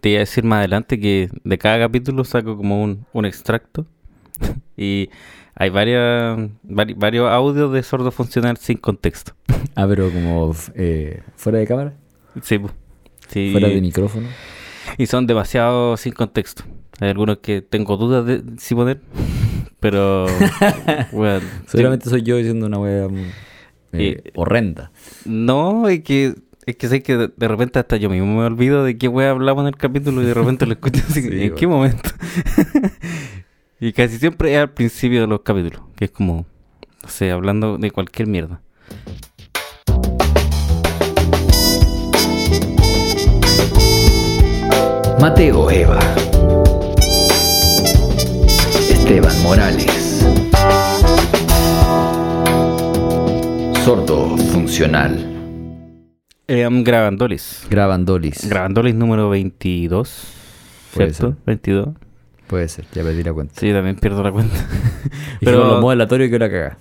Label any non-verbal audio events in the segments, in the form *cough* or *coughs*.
te iba a decir más adelante que de cada capítulo saco como un, un extracto *laughs* y hay varias, vari- varios audios de sordo funcional sin contexto. Ah, pero como eh, fuera de cámara, Sí, po. sí. fuera de micrófono. Y son demasiado sin contexto. Hay algunos que tengo dudas de si poner, *laughs* *laughs* pero bueno, Seguramente soy yo diciendo una wea mm, eh, horrenda. no, es que es que sé que de- de repente hasta yo mismo me olvido de qué wea hablamos en el capítulo y de repente lo escucho así, *laughs* Sí, ¿en bueno. qué momento? *laughs* y casi siempre es al principio de los capítulos, que es como no sé, hablando de cualquier mierda. Mateo Eva. Esteban Morales. Sordo funcional. Em, grabandolis. Grabandolis. Grabandolis número 22, Puede ¿cierto? ser. 22. Puede ser, ya perdí la cuenta. Sí, también pierdo la *laughs* cuenta. *laughs* Pero lo pero modulatorio que la caga.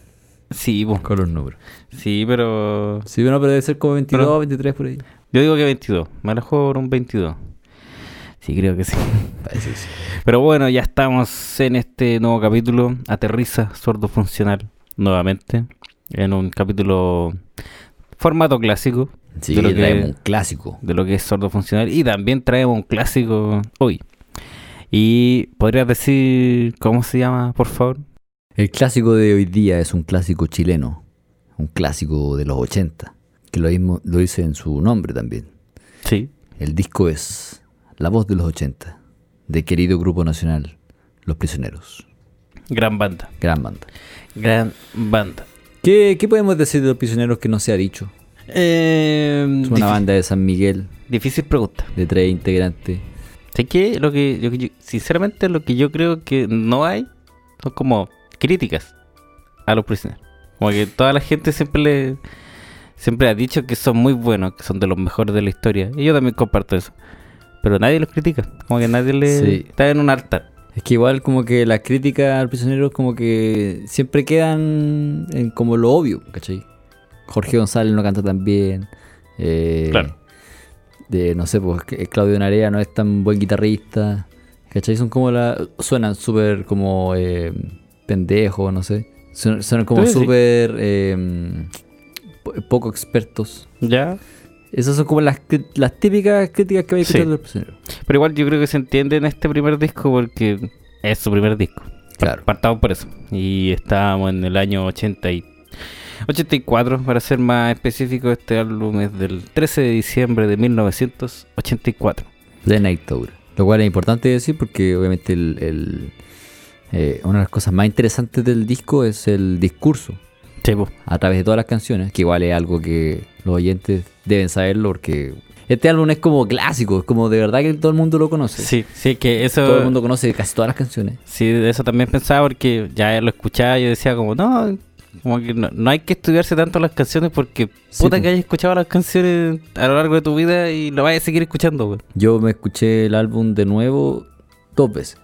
sí, po. Con los números. Sí, pero. Sí, bueno, pero debe ser como 22, 23 por ahí. Yo digo que 22. Me la juego por un 22. Sí, creo que sí. Parece que sí. Pero bueno, ya estamos en este nuevo capítulo. Aterriza sordo funcional nuevamente. En un capítulo formato clásico Sí, Yo creo que- traemos un clásico. de lo que es sordo funcional. Y también traemos un clásico hoy. Y podrías decir cómo se llama, por favor. El clásico de hoy día es un clásico chileno, un clásico de los 80, que lo, mismo, lo dice en su nombre también. Sí. El disco es La voz de los 80, de querido grupo nacional, Los Prisioneros. Gran banda. Gran banda. Gran banda. ¿Qué, qué podemos decir de Los Prisioneros que no se ha dicho? Eh, Es una difí- banda de San Miguel, difícil pregunta. de tres integrantes. Sé que lo que, lo que yo- sinceramente lo que yo creo que no hay son como críticas a los prisioneros. Como que toda la gente siempre le siempre ha dicho que son muy buenos, que son de los mejores de la historia. Y yo también comparto eso. Pero nadie los critica. Como que nadie le Sí. está en un altar. Es que igual como que las críticas al prisionero como que siempre quedan en como lo obvio, ¿cachai? Jorge González no canta tan bien. eh, Claro. De, no sé, pues que Claudio Narea no es tan buen guitarrista. ¿Cachai? Son como la... Suenan súper como eh, pendejo, no sé. Suenan, suenan como Sí, sí. súper eh, po- poco expertos. Ya. Esas son como las, cri- las típicas críticas que va a escuchar Sí. del prisionero. Pero igual yo creo que se entiende en este primer disco porque es su primer disco. Claro. Partamos por eso. Y estábamos en el año 80 y 84, para ser más específico, este álbum es del 13 de diciembre de 1984. plena dictadura. Lo cual es importante decir porque obviamente el, el, eh, una de las cosas más interesantes del disco es el discurso a través de todas las canciones, que igual es algo que los oyentes deben saberlo porque este álbum es como clásico, es como de verdad que todo el mundo lo conoce. Sí, sí, que eso... Todo el mundo conoce casi todas las canciones. Sí, de eso también pensaba porque ya lo escuchaba y yo decía como, no, como que no, no hay que estudiarse tanto las canciones porque Sí, puta po. que hayas escuchado las canciones a lo largo de tu vida y lo vayas a seguir escuchando, güey. Yo me escuché el álbum de nuevo dos veces.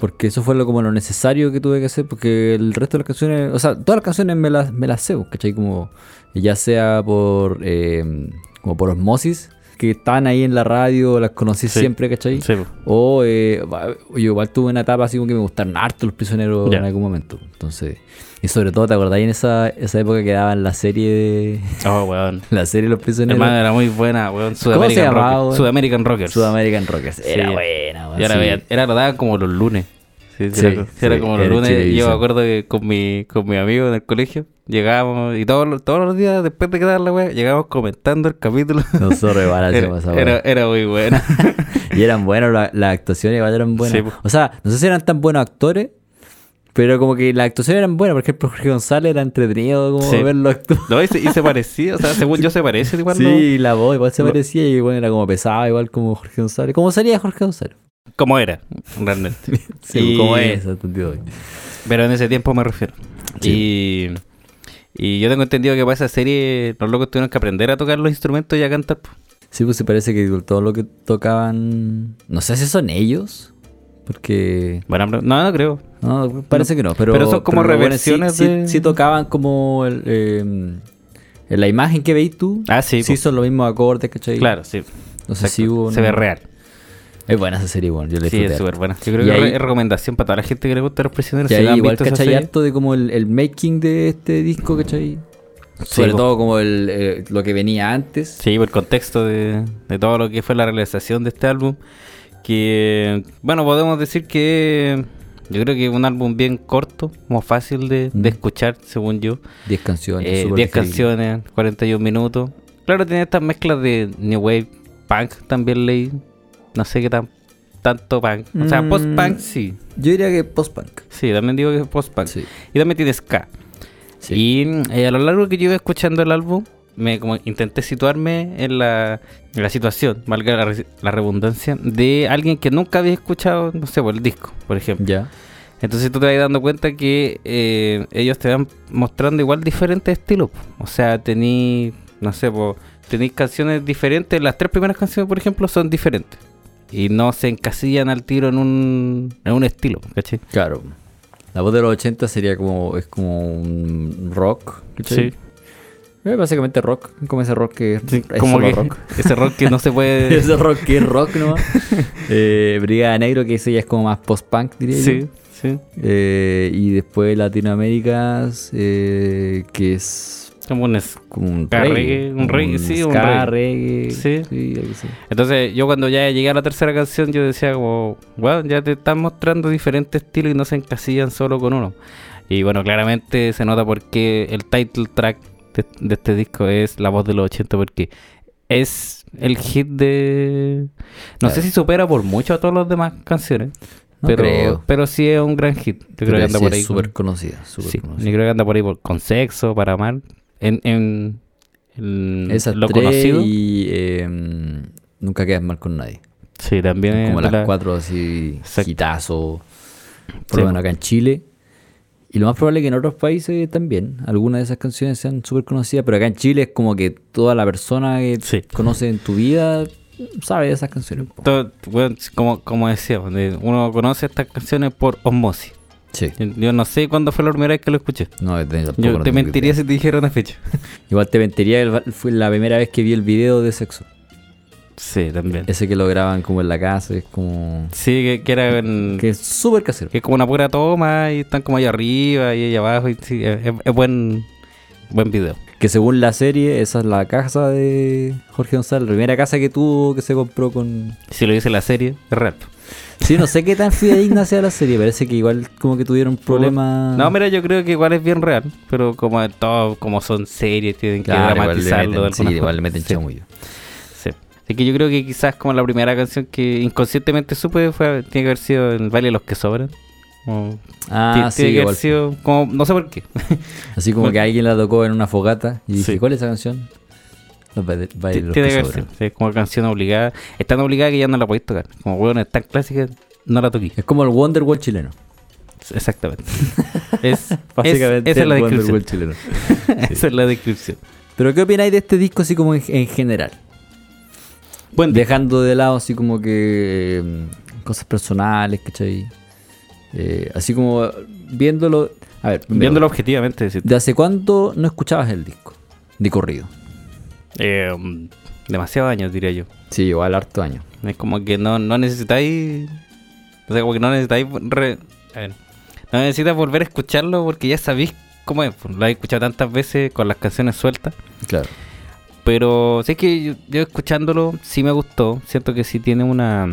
Porque eso fue lo, como lo necesario que tuve que hacer, porque el resto de las canciones, o sea, todas las canciones me las, me las sé, pues, ¿cachai? Como, ya sea por, eh, como por osmosis, que estaban ahí en la radio, las conocí Sí. siempre, ¿cachai? Sí, po. O eh, va- yo igual tuve una etapa así como que me gustaron harto los prisioneros Ya. en algún momento. Entonces, y sobre todo, ¿te acordáis en esa, esa época que daban la serie de, *laughs* Oh, weón. la serie de los prisioneros? Hermano, era muy buena, weón. se Sudamerican llamaba, Rockers. weón? Sudamerican Rockers. Sudamerican Rockers. Era Sí. buena, weón, Yo la sí. veía, era lo daban como los lunes. Sí, sí, Sí, era, sí, era sí, como los era lunes. Yo Chilevisión. me acuerdo que con mi, con mi amigo en el colegio llegábamos y todos, los- todos los días después de quedar la wea llegábamos comentando el capítulo. Nosotros igual hacíamos esa era, weá. era, era muy bueno. Y eran buenos, la- las actuaciones igual eran Sí, buenas. po. o sea, no sé si eran tan buenos actores, pero como que las actuaciones eran buenas. Por ejemplo, Jorge González era entretenido como Sí. verlo *laughs* actuar. ¿No? Y se, y se parecía, o sea, según yo se parece igual. ¿no? Sí, la voz igual se lo- parecía y bueno, era como pesado, igual como Jorge González. Como sería Jorge González. Como era, realmente. *laughs* Sí, Y- como es, entendido hoy. Pero en ese tiempo me refiero. Y, y yo tengo entendido que para esa serie los locos tuvieron que aprender a tocar los instrumentos y a cantar. po. Sí, pues se parece que todo lo que tocaban. No sé si son ellos, porque. Bueno, no, no creo. No, parece que no, pero, Pero son como los buenos reversiones sí, sí- de- sí tocaban como el, eh, la imagen que veis tú. Ah, sí, Sí, po. son los mismos acordes, ¿cachai? Claro, sí. No sé si Exacto. hubo Se un- ve real. Es buena esa serie, bueno, yo la Sí, disfruté es harto. súper buena. Yo creo Y que ahí- re- es recomendación para toda la gente que le gusta los prisioneros. Y Si no ahí han igual, visto esa ¿cachai? serie, Harto de como el, el making de este disco, ¿cachai? Sobre po. todo como el, eh, lo que venía antes. Sí, por el contexto de, de todo lo que fue la realización de este álbum. Que, bueno, podemos decir que yo creo que es un álbum bien corto, más fácil de, de Mm. escuchar, según yo. 10 canciones. Eh, súper 10 digerible. canciones, 41 minutos. Claro, tiene estas mezclas de New Wave, Punk también leí. No sé qué tan tanto punk. O sea, Mm. post-punk sí. Yo diría que post-punk. Sí, también digo que es post-punk. Sí. Y también tiene ska. Sí. Y mm, eh, a lo largo que yo iba escuchando el álbum, me como intenté situarme en la, en la situación, valga la, re- la redundancia, de alguien que nunca había escuchado, no sé, por el disco, por ejemplo. Ya. Entonces tú te vas dando cuenta que eh, ellos te van mostrando igual diferentes estilos. po. O sea, tení, no sé, po, tenéis canciones diferentes. Las tres primeras canciones, por ejemplo, son diferentes. Y no se encasillan al tiro en un, en un estilo, ¿cachai? Claro. La voz de los 80 sería como. Es como un rock. ¿cachai? Eh, básicamente rock. Como ese rock que. es como solo que rock. *laughs* ese rock que no se *laughs* puede... *laughs* ese rock que es *laughs* rock nomás. eh, Brigada Negro, que ese ya es como más post-punk, diría yo. sí, sí. Eh, y después Latinoamérica, eh, que es Como un es- como un Ah, reggae. reggae, un como reggae, sí, un ska, reggae. Sí. algo así. Entonces yo cuando ya llegué a la tercera canción yo decía como, wow, ya te están mostrando diferentes estilos y no se encasillan solo con uno. Y bueno, claramente se nota porque el title track de, de este disco es La voz de los 80 porque es el hit de... No Claro. sé si supera por mucho a todas las demás canciones, No pero, creo. pero sí es un gran hit. Yo creo que Pero anda sí por es ahí. con- súper conocida, súper Sí, conocida. yo creo que anda por ahí por- con sexo, para amar, en, en, en Esas lo tres conocido. y eh, Nunca quedas mal con nadie. Sí, también es como de las la- cuatro así, Exacto. hitazo. Por Sí. lo menos acá en Chile. Y lo más probable es que en otros países también algunas de esas canciones sean súper conocidas, pero acá en Chile es como que toda la persona que Sí. conoce en tu vida sabe de esas canciones. po. Todo- bueno, como, como decíamos, de- uno conoce estas canciones por osmosis. Sí. Yo- Yo no sé cuándo fue la primera vez que lo escuché. No, yo tampoco Yo no te tengo mentiría si te dijera una fecha. *laughs* idea. Igual te mentiría, el- fue la primera vez que vi el video de sexo. Sí, también. Ese que lo graban como en la casa, es como... Sí, que, que era en- Que es súper casero. que es como una pura toma y están como allá arriba y allá abajo. Y sí, es, es buen, buen video. Que según la serie, esa es la casa de Jorge González, la primera casa que tuvo, que se compró con... Si lo dice la serie, es real. Sí, no sé qué tan fidedigna sea la serie, parece que igual como que tuvieron problemas... No, mira, yo creo que igual es bien real, pero como todo, como son series, tienen Claro, que igual le dramatizarlo de meten- sí, alguna igual le forma. meten Sí. chamullo. Sí. Así que yo creo que quizás como la primera canción que inconscientemente supe fue, tiene que haber sido el Vale los que sobran. O- ti- Ah, sí, tiene que igual. haber sido como, no sé por qué. Así como que alguien la tocó en una fogata y dije, Sí. ¿cuál es esa canción? Los baile- Ti- *laughs* bailes los tiene que que haber sobran. sido. Sí, es como canción obligada. Es tan obligada que ya no la podéis tocar. Como bueno, es tan clásica, no la toqué. Es como el Wonderwall chileno. *laughs* Exactamente. es, es- esa es la el descripción. Wonderwall chileno. *laughs* Esa es la descripción. Pero ¿qué opináis de este disco así como en, en general? Buen disco. Dejando de lado así como que mm, cosas personales, ¿cachai? Eh, así como viéndolo... A ver, primero, Viéndolo objetivamente, decir, ¿de hace cuánto no escuchabas el disco? De corrido. eh, mm, demasiados años diría yo. Sí, igual harto año. Es como que no, no necesitáis. O sea, como que no necesitáis. re- a ver, no necesitas volver a escucharlo porque ya sabéis cómo es. pues, Lo habéis escuchado tantas veces con las canciones sueltas. Claro. Pero sí que yo, yo escuchándolo sí me gustó. Siento que sí tiene una.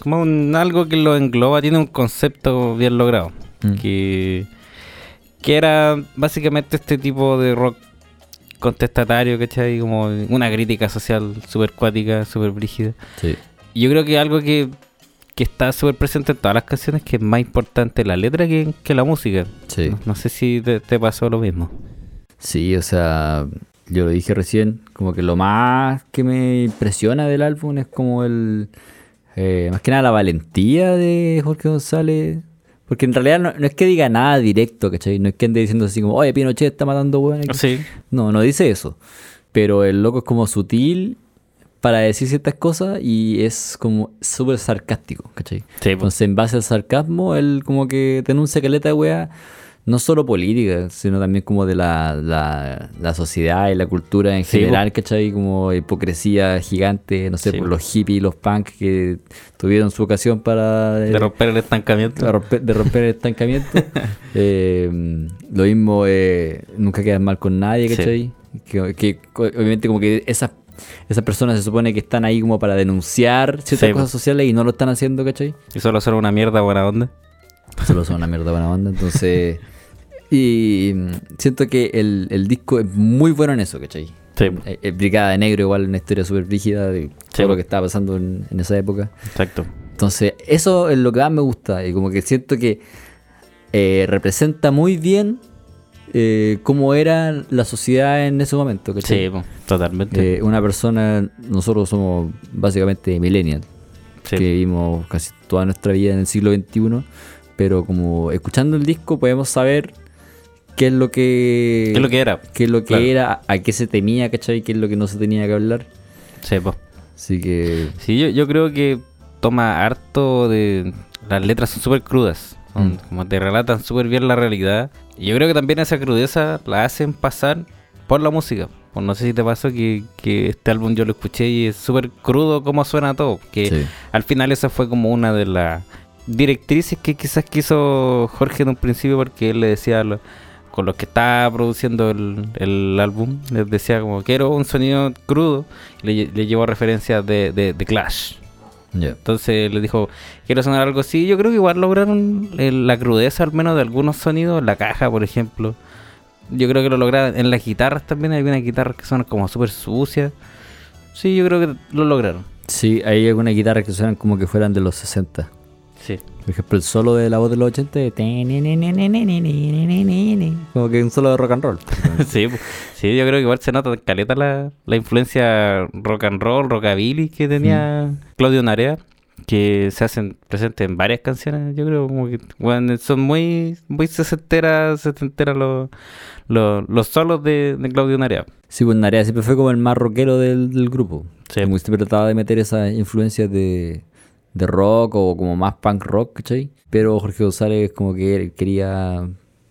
Como un, algo que lo engloba, tiene un concepto bien logrado. Mm. Que, que era básicamente este tipo de rock contestatario, ¿cachai? Como una crítica social súper cuática, súper brígida. Sí. Y Yo creo que algo que, que está súper presente en todas las canciones que es más importante la letra que, que la música. Sí. No, no sé si te, te pasó lo mismo. Sí, o sea, yo lo dije recién, como que lo más que me impresiona del álbum es como el, eh, más que nada la valentía de Jorge González, porque en realidad no, no es que diga nada directo, ¿cachai? No es que ande diciendo así como, oye, Pinochet está matando hueones. Sí. No, no dice eso, pero el loco es como sutil para decir ciertas cosas y es como súper sarcástico, ¿cachai? Sí, pues. Entonces, en base al sarcasmo, él como que te enuncia caleta de weá. no solo política, sino también como de la, la, la sociedad y la cultura en Sí, general, ¿cachai? Como hipocresía gigante, no sé, Sí, por po. los hippies, los punk que tuvieron su ocasión para... eh, De romper el estancamiento. de romper, de romper el *laughs* estancamiento. Eh, lo mismo, eh, nunca quedas mal con nadie, Sí. ¿cachai? Que, que, co- obviamente como que esas, esas personas se supone que están ahí como para denunciar ciertas Sí, po. cosas sociales y no lo están haciendo, ¿cachai? Y solo hacer una mierda buena onda. Solo son una mierda buena onda, entonces... Y mm, siento que el, el disco es muy bueno en eso, ¿cachai? Sí, Eh, eh, Brigada de Negro igual una historia súper rígida de todo po. lo que estaba pasando en- en esa época. exacto. Entonces, eso es lo que más me gusta. Y como que siento que eh, representa muy bien eh, cómo era la sociedad en ese momento. ¿cachai? Sí, po, totalmente. Eh, una persona, nosotros somos básicamente millennials, Sí, que vivimos casi toda nuestra vida en el siglo XXI, pero como escuchando el disco podemos saber qué es lo que, ¿Qué es lo que era? qué es lo que Claro. era, a- a qué se temía, ¿cachai? qué es lo que no se tenía que hablar. Sí, pues. po. Así que... Sí, yo, yo creo que toma harto de... Las letras son súper crudas. Son, Mm. Como te relatan súper bien la realidad. Y yo creo que también esa crudeza la hacen pasar por la música. Pues no sé si te pasó que, que este álbum yo lo escuché y es súper crudo como suena todo. Que sí. al final esa fue como una de las directrices que quizás quiso Jorge en un principio porque él le decía a lo- con los que estaba produciendo el, el álbum, les decía como quiero un sonido crudo, y le, lle- le llevó referencias de, de- de Clash. ya. Entonces le dijo, quiero sonar algo así. Yo creo que igual lograron eh, la crudeza al menos de algunos sonidos, la caja por ejemplo. Yo creo que lo lograron en las guitarras también, hay unas guitarras que son como súper sucias. Sí, yo creo que lo lograron. Sí, hay algunas guitarras que suenan como que fueran de los 60. Sí. Por ejemplo, el solo de la voz de los 80 es como que un solo de rock and roll. *laughs* sí, po. sí, yo creo que igual se nota en caleta la, la influencia rock and roll, rockabilly que tenía Mm. Claudio Narea, que se hacen presente en varias canciones, yo creo como que bueno, son muy, muy sesenteras, setenteras los, los, los solos de, de Claudio Narea. Sí, pues Narea siempre fue como el más rockero del, del grupo. Sí. Como que siempre trataba de meter esas influencias de, de rock o como más punk rock, ¿cachai? Pero Jorge González como que él quería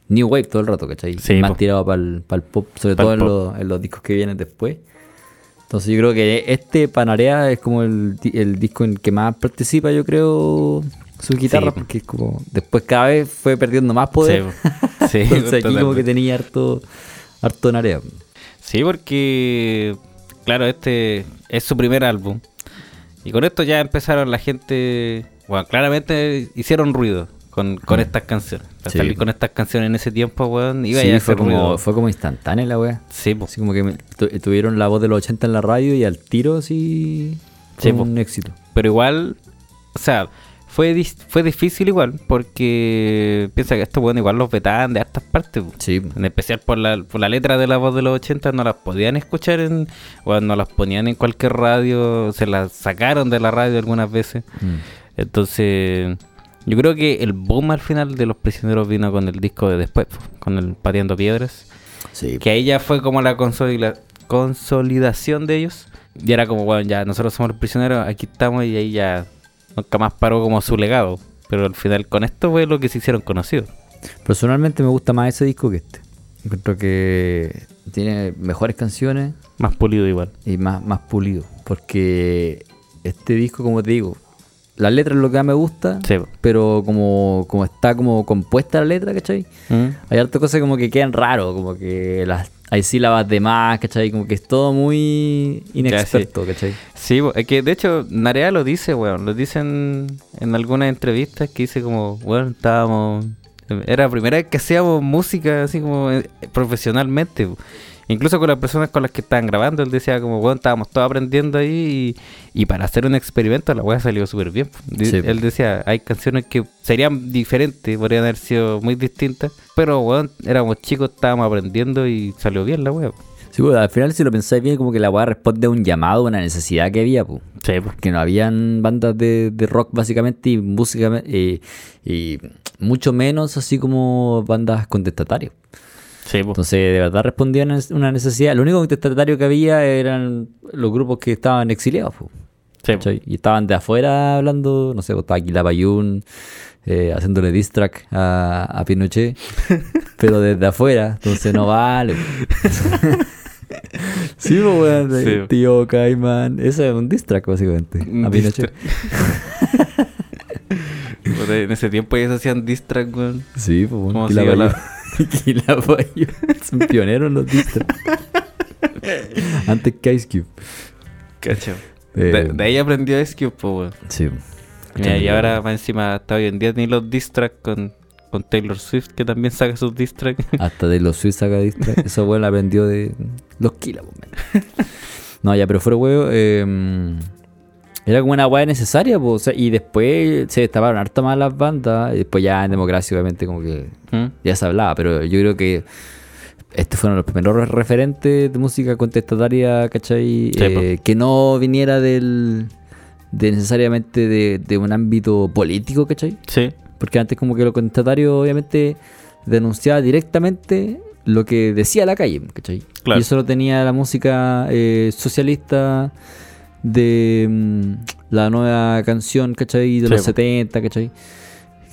New Wave todo el rato, ¿cachai? Sí, más po. tirado para el, pop, sobre Pa'l todo en pop. los, en los discos que vienen después. Entonces yo creo que este Panarea es como el, di- el disco en el que más participa, yo creo, su guitarra, Sí, po. porque es como después cada vez fue perdiendo más poder. Sí, po. Sí, *laughs* Entonces aquí como que totalmente. tenía harto, harto Narea. Sí, porque, claro, este es su primer álbum. Y con esto ya empezaron la gente, bueno, claramente hicieron ruido con, con estas canciones. Para Mm. Sí. salir con estas canciones en ese tiempo, weón, iba Sí, ya a fue hacer como, ruido. fue como instantánea la wea. Sí, po. Así como que me- tu- tuvieron la voz de los 80 en la radio y al tiro así fue Sí, po. un éxito. pero igual, o sea, fue, dis- fue difícil igual, porque piensa que estos weón igual los vetaban de hartas partes, po. Sí, En especial por la, por la letra de la voz de los 80, no las podían escuchar en. o no las ponían en cualquier radio, se las sacaron de la radio algunas veces. Mm. Entonces, yo creo que el boom al final de Los Prisioneros vino con el disco de después, po, con el Pateando Piedras. sí. Que ahí ya fue como la consolida- consolidación de ellos. Y era como, bueno, ya nosotros somos los prisioneros, aquí estamos, y ahí ya nunca más paró como su legado. Pero al final con esto fue lo que se hicieron conocidos. Personalmente me gusta más ese disco que este. Encuentro que tiene mejores canciones Más pulido igual. y más, más pulido. Porque este disco, como te digo, la letra es lo que más me gusta, Sí, po. pero como, como está como compuesta la letra, ¿cachai? ¿Mm? Hay hartas cosas como que quedan raro, como que las, hay sílabas de más, ¿cachai? Como que es todo muy inexperto, ¿cachai? Sí, bo- es que de hecho Narea lo dice, weón. Lo dicen en algunas entrevistas que dice como, weón, estábamos... Era la primera vez que hacíamos música así como eh, profesionalmente. bo. Incluso con las personas con las que estaban grabando, él decía como, weón, estábamos todos aprendiendo ahí y, y para hacer un experimento la weá salió súper bien. po. Di- Sí. Él decía, hay canciones que serían diferentes, podrían haber sido muy distintas, pero weón, éramos chicos, estábamos aprendiendo y salió bien la weá. Sí, pues, al final si lo pensáis bien, como que la weá responde a un llamado, a una necesidad que había, pues. Sí, Que no habían bandas de, de rock básicamente y música eh, y mucho menos así como bandas contestatarias. sí, Entonces, de verdad respondían a una necesidad. Lo único contestatario que había eran los grupos que estaban exiliados, pues. Sí. ¿cachai? Y estaban de afuera hablando, no sé, pues, estaba Aquila Payún eh, haciéndole diss track a, *laughs* a Pinochet, pero desde afuera, entonces no vale. sí, pues, weón, de- Sí. tío Caimán, ese es un diss track básicamente, a Un diss *laughs* Pinochet. Puta, Pues, En ese tiempo ellos hacían diss track, weón. Sí, pues, weón, ¿Cómo Aquila sigue la- Payún. *laughs* Aquila Payún, son pioneros en los diss *laughs* tracks. Antes que Ice Cube. Cacho. Eh, De, de ahí aprendió Ice Cube, po, weón. Sí. pues. Mira, y ahora más encima hasta hoy en día ni los diss track con, con Taylor Swift, que también saca sus diss track. Hasta de los Swiss saca distra. Esa weón la aprendió de los kilos, po, man. No, ya, pero fuera huevo. eh, era como una weá necesaria, po, o sea, y después se destaparon harta más las bandas. Y después ya en democracia, obviamente, como que *laughs* ¿Mm? ya se hablaba, pero yo creo que estos fueron los primeros referentes de música contestataria, ¿cachai? Sí, po. Eh, que no viniera del. De necesariamente de, de un ámbito político, ¿cachai? Sí. Porque antes como que lo contestatario obviamente denunciaba directamente lo que decía la calle, ¿cachai? Claro. Y eso lo tenía la música eh, socialista de mm, la nueva canción, ¿cachai? De Sí, los po. 70, ¿cachai?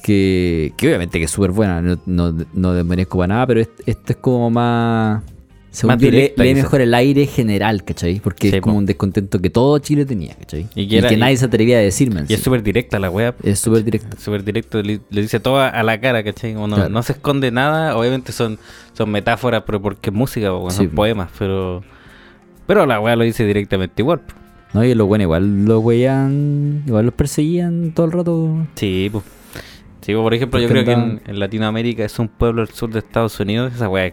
Que, que obviamente que es súper buena, no, no, no desmerezco para nada, pero est- esto es como más... Según Más yo, le- directa, lee, quizás. mejor el aire general, ¿cachai? Porque Sí, es como po. un descontento que todo Chile tenía, ¿cachai? Y Y que que, era- y- nadie se atrevía a decirme. en Y es sí. súper directa la weá. Es súper directo. Súper directo, le, le dice todo a la cara, ¿cachai? Como no, Claro. no se esconde nada, obviamente son, son metáforas, pero porque es música, po, Sí, son po. poemas, pero pero la weá lo dice directamente igual. po. No, y los buenos igual los weían, igual los perseguían todo el rato. Sí, po. Sí, po, por ejemplo, yo creo Porque que en, andaban- en Latinoamérica es un pueblo del sur de Estados Unidos, esa weá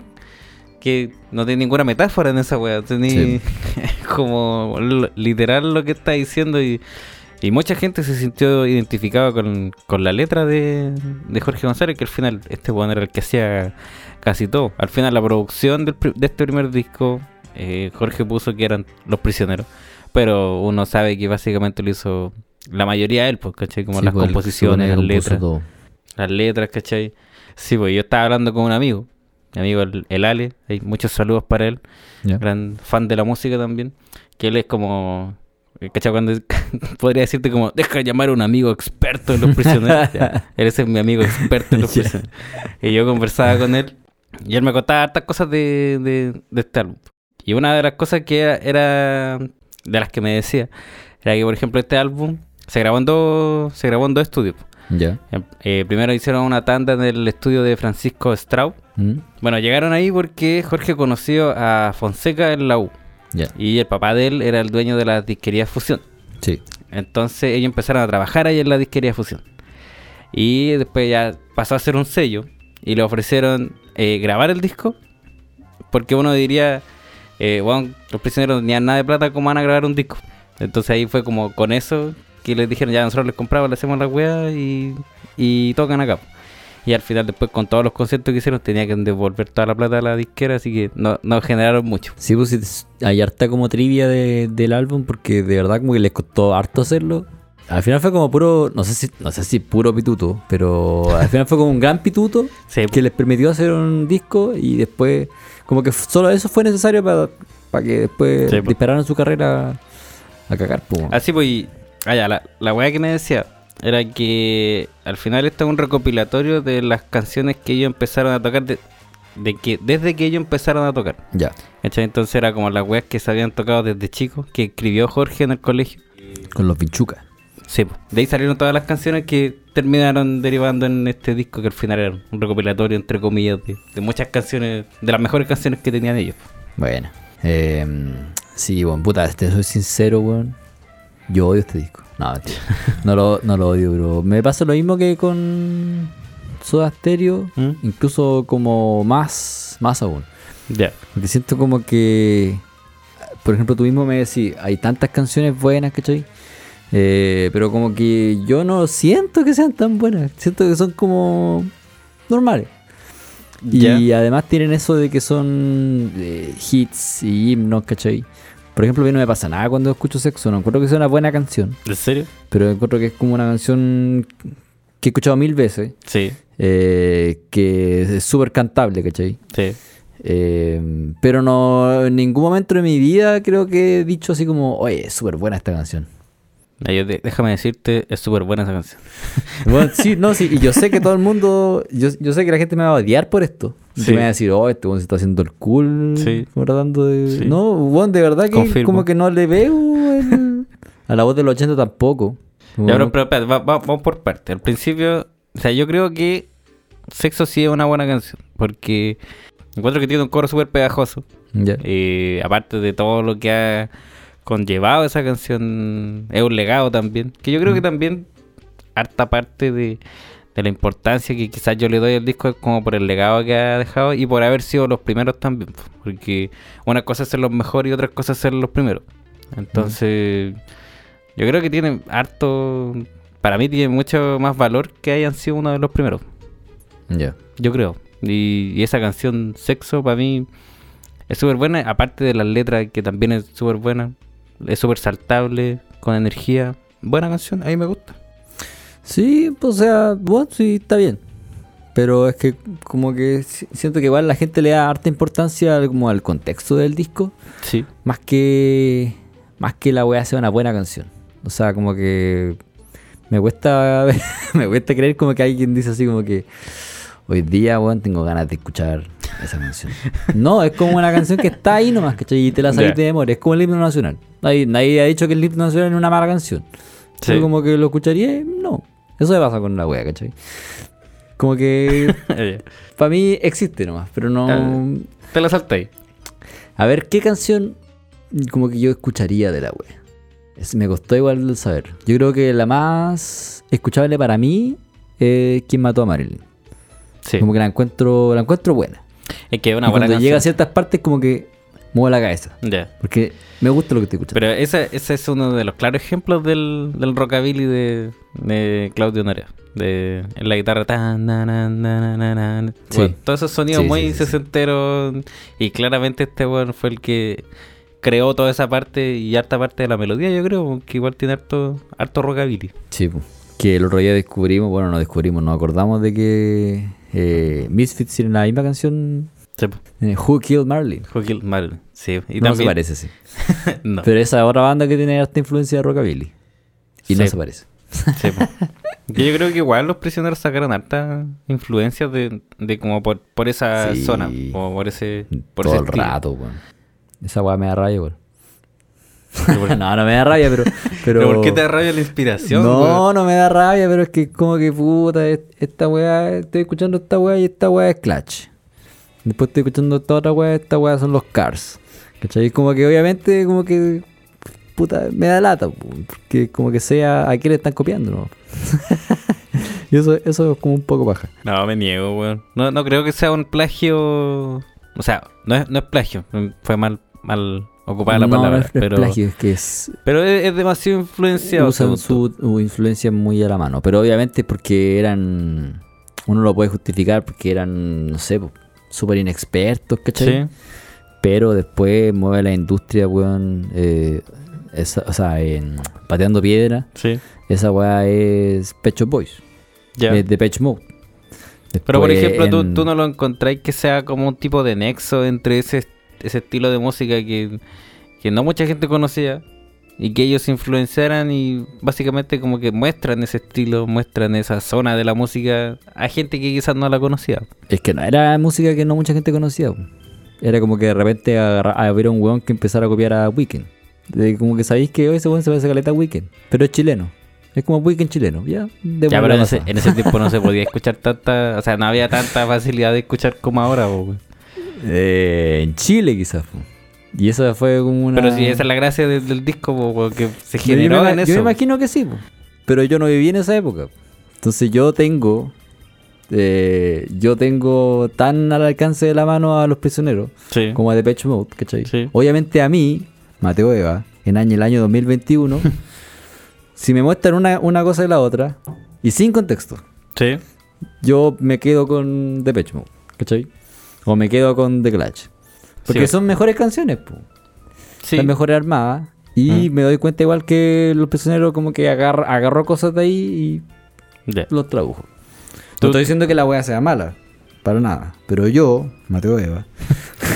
que no tiene ninguna metáfora en esa weá, tiene Sí. *laughs* como lo- literal lo que está diciendo y, y mucha gente se sintió identificada con, con la letra de, de Jorge González, que al final este weón era el que hacía casi todo. Al final la producción del pri- de este primer disco, eh, Jorge puso que eran los prisioneros, pero uno sabe que básicamente lo hizo la mayoría él, pues, ¿cachai? Como Sí, las pues, el composiciones, Superman las compuso letras. todo. Las letras, ¿cachai? Sí, pues yo estaba hablando con un amigo, mi amigo el, el Ale, hay muchos saludos para él, Ya. gran fan de la música también, que él es como, eh, ¿cachai? Cuando *laughs* podría decirte como, deja de llamar a un amigo experto en los prisioneros. Ya, él es mi amigo experto en los Ya. prisioneros. Y yo conversaba con él y él me contaba hartas cosas de, de, de este álbum. Y una de las cosas que era, era de las que me decía, era que por ejemplo este álbum se grabó en dos, se grabó en dos estudios. Ya. Em- eh, primero hicieron una tanda en el estudio de Francisco Straub. Mm, Bueno, llegaron ahí porque Jorge conoció a Fonseca en la U Ya. y el papá de él era el dueño de la disquería Fusión. Sí. Entonces ellos empezaron a trabajar ahí en la disquería Fusión. Y después ya pasó a ser un sello y le ofrecieron eh, grabar el disco porque uno diría, eh, bueno, los prisioneros no tenían nada de plata, ¿cómo van a grabar un disco? Entonces ahí fue como con eso que les dijeron, ya nosotros les compramos, le hacemos la weá y, y tocan acá. Y al final después con todos los conciertos que hicieron tenía que devolver toda la plata a la disquera, así que no, no generaron mucho. Sí, pues es- hay harta como trivia de- del álbum porque de verdad como que les costó harto hacerlo. Al final fue como puro, no sé si, no sé si puro pituto, pero al final fue como un gran pituto Sí, que les permitió hacer un disco y después como que f- solo eso fue necesario para, para que después Sí, pues. dispararan su carrera a cagar, pues. Así pues, y- ah, ya, la, la weá que me decía era que al final esto es un recopilatorio de las canciones que ellos empezaron a tocar de, de que, desde que ellos empezaron a tocar. Ya. ¿Cachai? Entonces era como las weas que se habían tocado desde chicos, que escribió Jorge en el colegio. Con los pinchucas. Sí, po. de ahí salieron todas las canciones que terminaron derivando en este disco que al final era un recopilatorio, entre comillas, de, de muchas canciones, de las mejores canciones que tenían ellos. Bueno. Eh, sí, bueno, puta, te soy sincero, weón. Yo odio este disco. No, mentira. no, lo, no lo odio, bro. Me pasa lo mismo que con Soda Stereo, ¿Mm? incluso como más, más aún. Ya. Porque siento como que, por ejemplo, tú mismo me decís, hay tantas canciones buenas, ¿cachai? Eh, pero como que yo no siento que sean tan buenas. Siento que son como normales. Y Ya. además tienen eso de que son eh, hits y himnos, ¿cachai? Por ejemplo, a mí no me pasa nada cuando escucho sexo. No encuentro que sea una buena canción. ¿En serio? Pero encuentro que es como una canción que he escuchado mil veces. Sí, eh, que es súper cantable, ¿cachai? sí. Eh, pero no, en ningún momento de mi vida creo que he dicho así como, oye, es súper buena esta canción. Ay, yo de- déjame decirte, es súper buena esa canción. Bueno, sí, no, sí, y yo sé que todo el mundo, yo, yo sé que la gente me va a odiar por esto. Y Sí. Me va a decir, oh, este weón se está haciendo el cool. Sí. como tratando de. Sí. No, weón, de verdad que Confirmo. como que no le veo el- a la voz del 80 tampoco. Ya, Weón, pero, pero, espérate, va- va- vamos por parte. Al principio, o sea, yo creo que Sexo sí es una buena canción. Porque encuentro que tiene un coro súper pegajoso. ya. Eh, aparte de todo lo que ha conllevado esa canción, es un legado también. Que yo creo que también harta parte de, de la importancia que quizás yo le doy al disco es como por el legado que ha dejado y por haber sido los primeros también. po. Porque una cosa es ser los mejores y otra cosa es ser los primeros. Entonces, yo creo que tiene harto, para mí tiene mucho más valor que hayan sido uno de los primeros. ya. Yo creo. Y, y esa canción Sexo para mí es súper buena, aparte de las letras que también es súper buena, es súper saltable, con energía. Buena canción, a mí me gusta. Sí, pues, o sea, bueno, sí, está bien. Pero es que como que si- siento que igual la gente le da harta importancia al- como al contexto del disco. *laughs* Sí. Más que. Más que la weá sea una buena canción. O sea, como que. Me cuesta. *laughs* me cuesta creer como que alguien dice así como que. Hoy día, weón, tengo ganas de escuchar esa canción. No, es como una canción que está ahí nomás, ¿cachai? Y te la saliste Ya. de memoria. Es como el himno nacional. Nadie, nadie ha dicho que el himno nacional es una mala canción. Sí. Pero como que lo escucharía, y no. Eso me pasa con la wea, ¿cachai? *laughs* Como que. Te para mí existe nomás, pero no. Ah. la salté. A ver, ¿qué canción como que yo escucharía de la web? me costó igual saber. Yo creo que la más escuchable para mí es ¿Quién mató a Marilyn? Sí. Como que la encuentro, la encuentro buena. Es que es una Y buena cuando canción. llega a ciertas partes como que muevo la cabeza. Ya. Porque me gusta lo que estoy escuchando. Pero ese, ese es uno de los claros ejemplos del, del rockabilly de, de Claudio Narea. De en la guitarra tan na, na, na, na, na, na. Sí. Bueno, todos esos sonidos Sí, muy sí, sí, sí. sesenteros. Y claramente este bueno fue el que creó toda esa parte y harta parte de la melodía, yo creo, que igual tiene harto, harto rockabilly. Sí, po. que el otro día descubrimos, bueno, no descubrimos, nos acordamos de que eh, Misfits tiene la misma canción Sí, po. eh, Who Killed Marilyn. Joaquín Marilyn. Sí. Y no se también- parece, sí. *laughs* no. Pero esa es otra banda que tiene harta influencia de rockabilly. Y no Sí. se parece. Sí, po. *laughs* Que Yo creo que igual los prisioneros sacaron harta influencia de, de como por, por esa Sí. zona, o por ese, por todo ese el estilo. rato, weón. Esa weá me da rabia, weón. Pero por- no, no me da rabia, *laughs* pero. Pero, ¿Pero por qué te da rabia la inspiración? No, weón? no me da rabia, pero es que como que puta, es- esta weá, estoy escuchando esta weá y esta weá es Clutch. Después estoy escuchando esta otra weá, esta weá son los Cars. ¿Cachai? Como que obviamente, como que. Puta, me da lata, weón, porque como que sea a qué le están copiando, ¿no? *laughs* y eso, eso es como un poco baja. No, me niego, weón. No, no creo que sea un plagio. O sea, no es, no es plagio. Fue mal, mal ocupada la No, no palabra. es- es pero plagio, es que es, pero es, es demasiado influenciado. usan según tú. su, u- influencia muy a la mano. Pero obviamente es porque eran. Uno lo puede justificar porque eran, no sé, po, súper inexpertos, ¿cachai? Sí. Pero después mueve la industria, weón. eh, esa- o sea, en pateando piedra. Sí. Esa weá es Pecho Boys. Ya. De, de Pecho Mode. Pero por Después ejemplo, tú, en- tú no lo encontráis que sea como un tipo de nexo entre ese, ese estilo de música que, que no mucha gente conocía y que ellos influenciaran y básicamente como que muestran ese estilo, muestran esa zona de la música a gente que quizás no la conocía. Es que no era música que no mucha gente conocía. po. Era como que de repente agarra- había un weón que empezara a copiar a Weekend. como que sabéis que hoy ese weón se parece a caleta a Weekend. Pero es chileno. Es como Weekend chileno. Ya, de Ya, buena pero en raza. ese, en *laughs* ese tiempo no se podía escuchar tanta, o sea, no había tanta facilidad de escuchar como ahora. po, güey. Eh, en Chile quizás. po. Y esa fue como una... Pero sí, esa es la gracia del, del disco, po, güey, que se Yo- yo, generó me, en ima- eso. yo me imagino que sí. po. Pero yo no viví en esa época. Entonces yo tengo... eh, yo tengo tan al alcance de la mano a los prisioneros Sí. como a Depeche Mode, ¿cachai? Sí. Obviamente a mí, Mateo Eva, en año, el año *laughs* 2021, si me muestran una, una cosa y la otra, y sin contexto, Sí. yo me quedo con Depeche Mode, ¿cachai? O me quedo con The Clash. Porque Sí. son mejores canciones, po. Sí. Ah. Están mejores armadas. Y me doy cuenta igual que los prisioneros como que agar- agarró cosas de ahí Ya. *laughs* y los tradujo. Tú- No estoy diciendo que la wea sea mala, para nada. Pero yo, Mateo *laughs* Eva,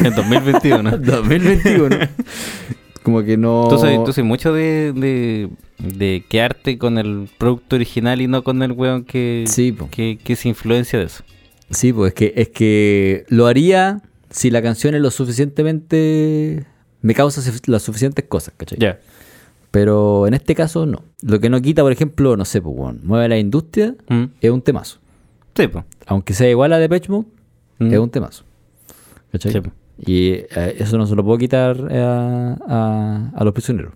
En 2021. *laughs* 2021. *laughs* Como que no. Tú soy, tú soy mucho de, de de quedarte con el producto original y no con el weón que, Sí, po. que, que se influencia de eso. Sí, pues es que, es que lo haría si la canción es lo suficientemente... Me causa suf- las suficientes cosas, ¿cachai? Ya. Pero en este caso no. Lo que no quita, por ejemplo, no sé, pues, weón, mueve la industria, Mm. es un temazo. Sí, po. Aunque sea igual a Depeche Mode, Mm. es un temazo. ¿Cachai? Sí, pues. po. Y eh, eso no se lo puedo quitar eh, a, a- a los prisioneros.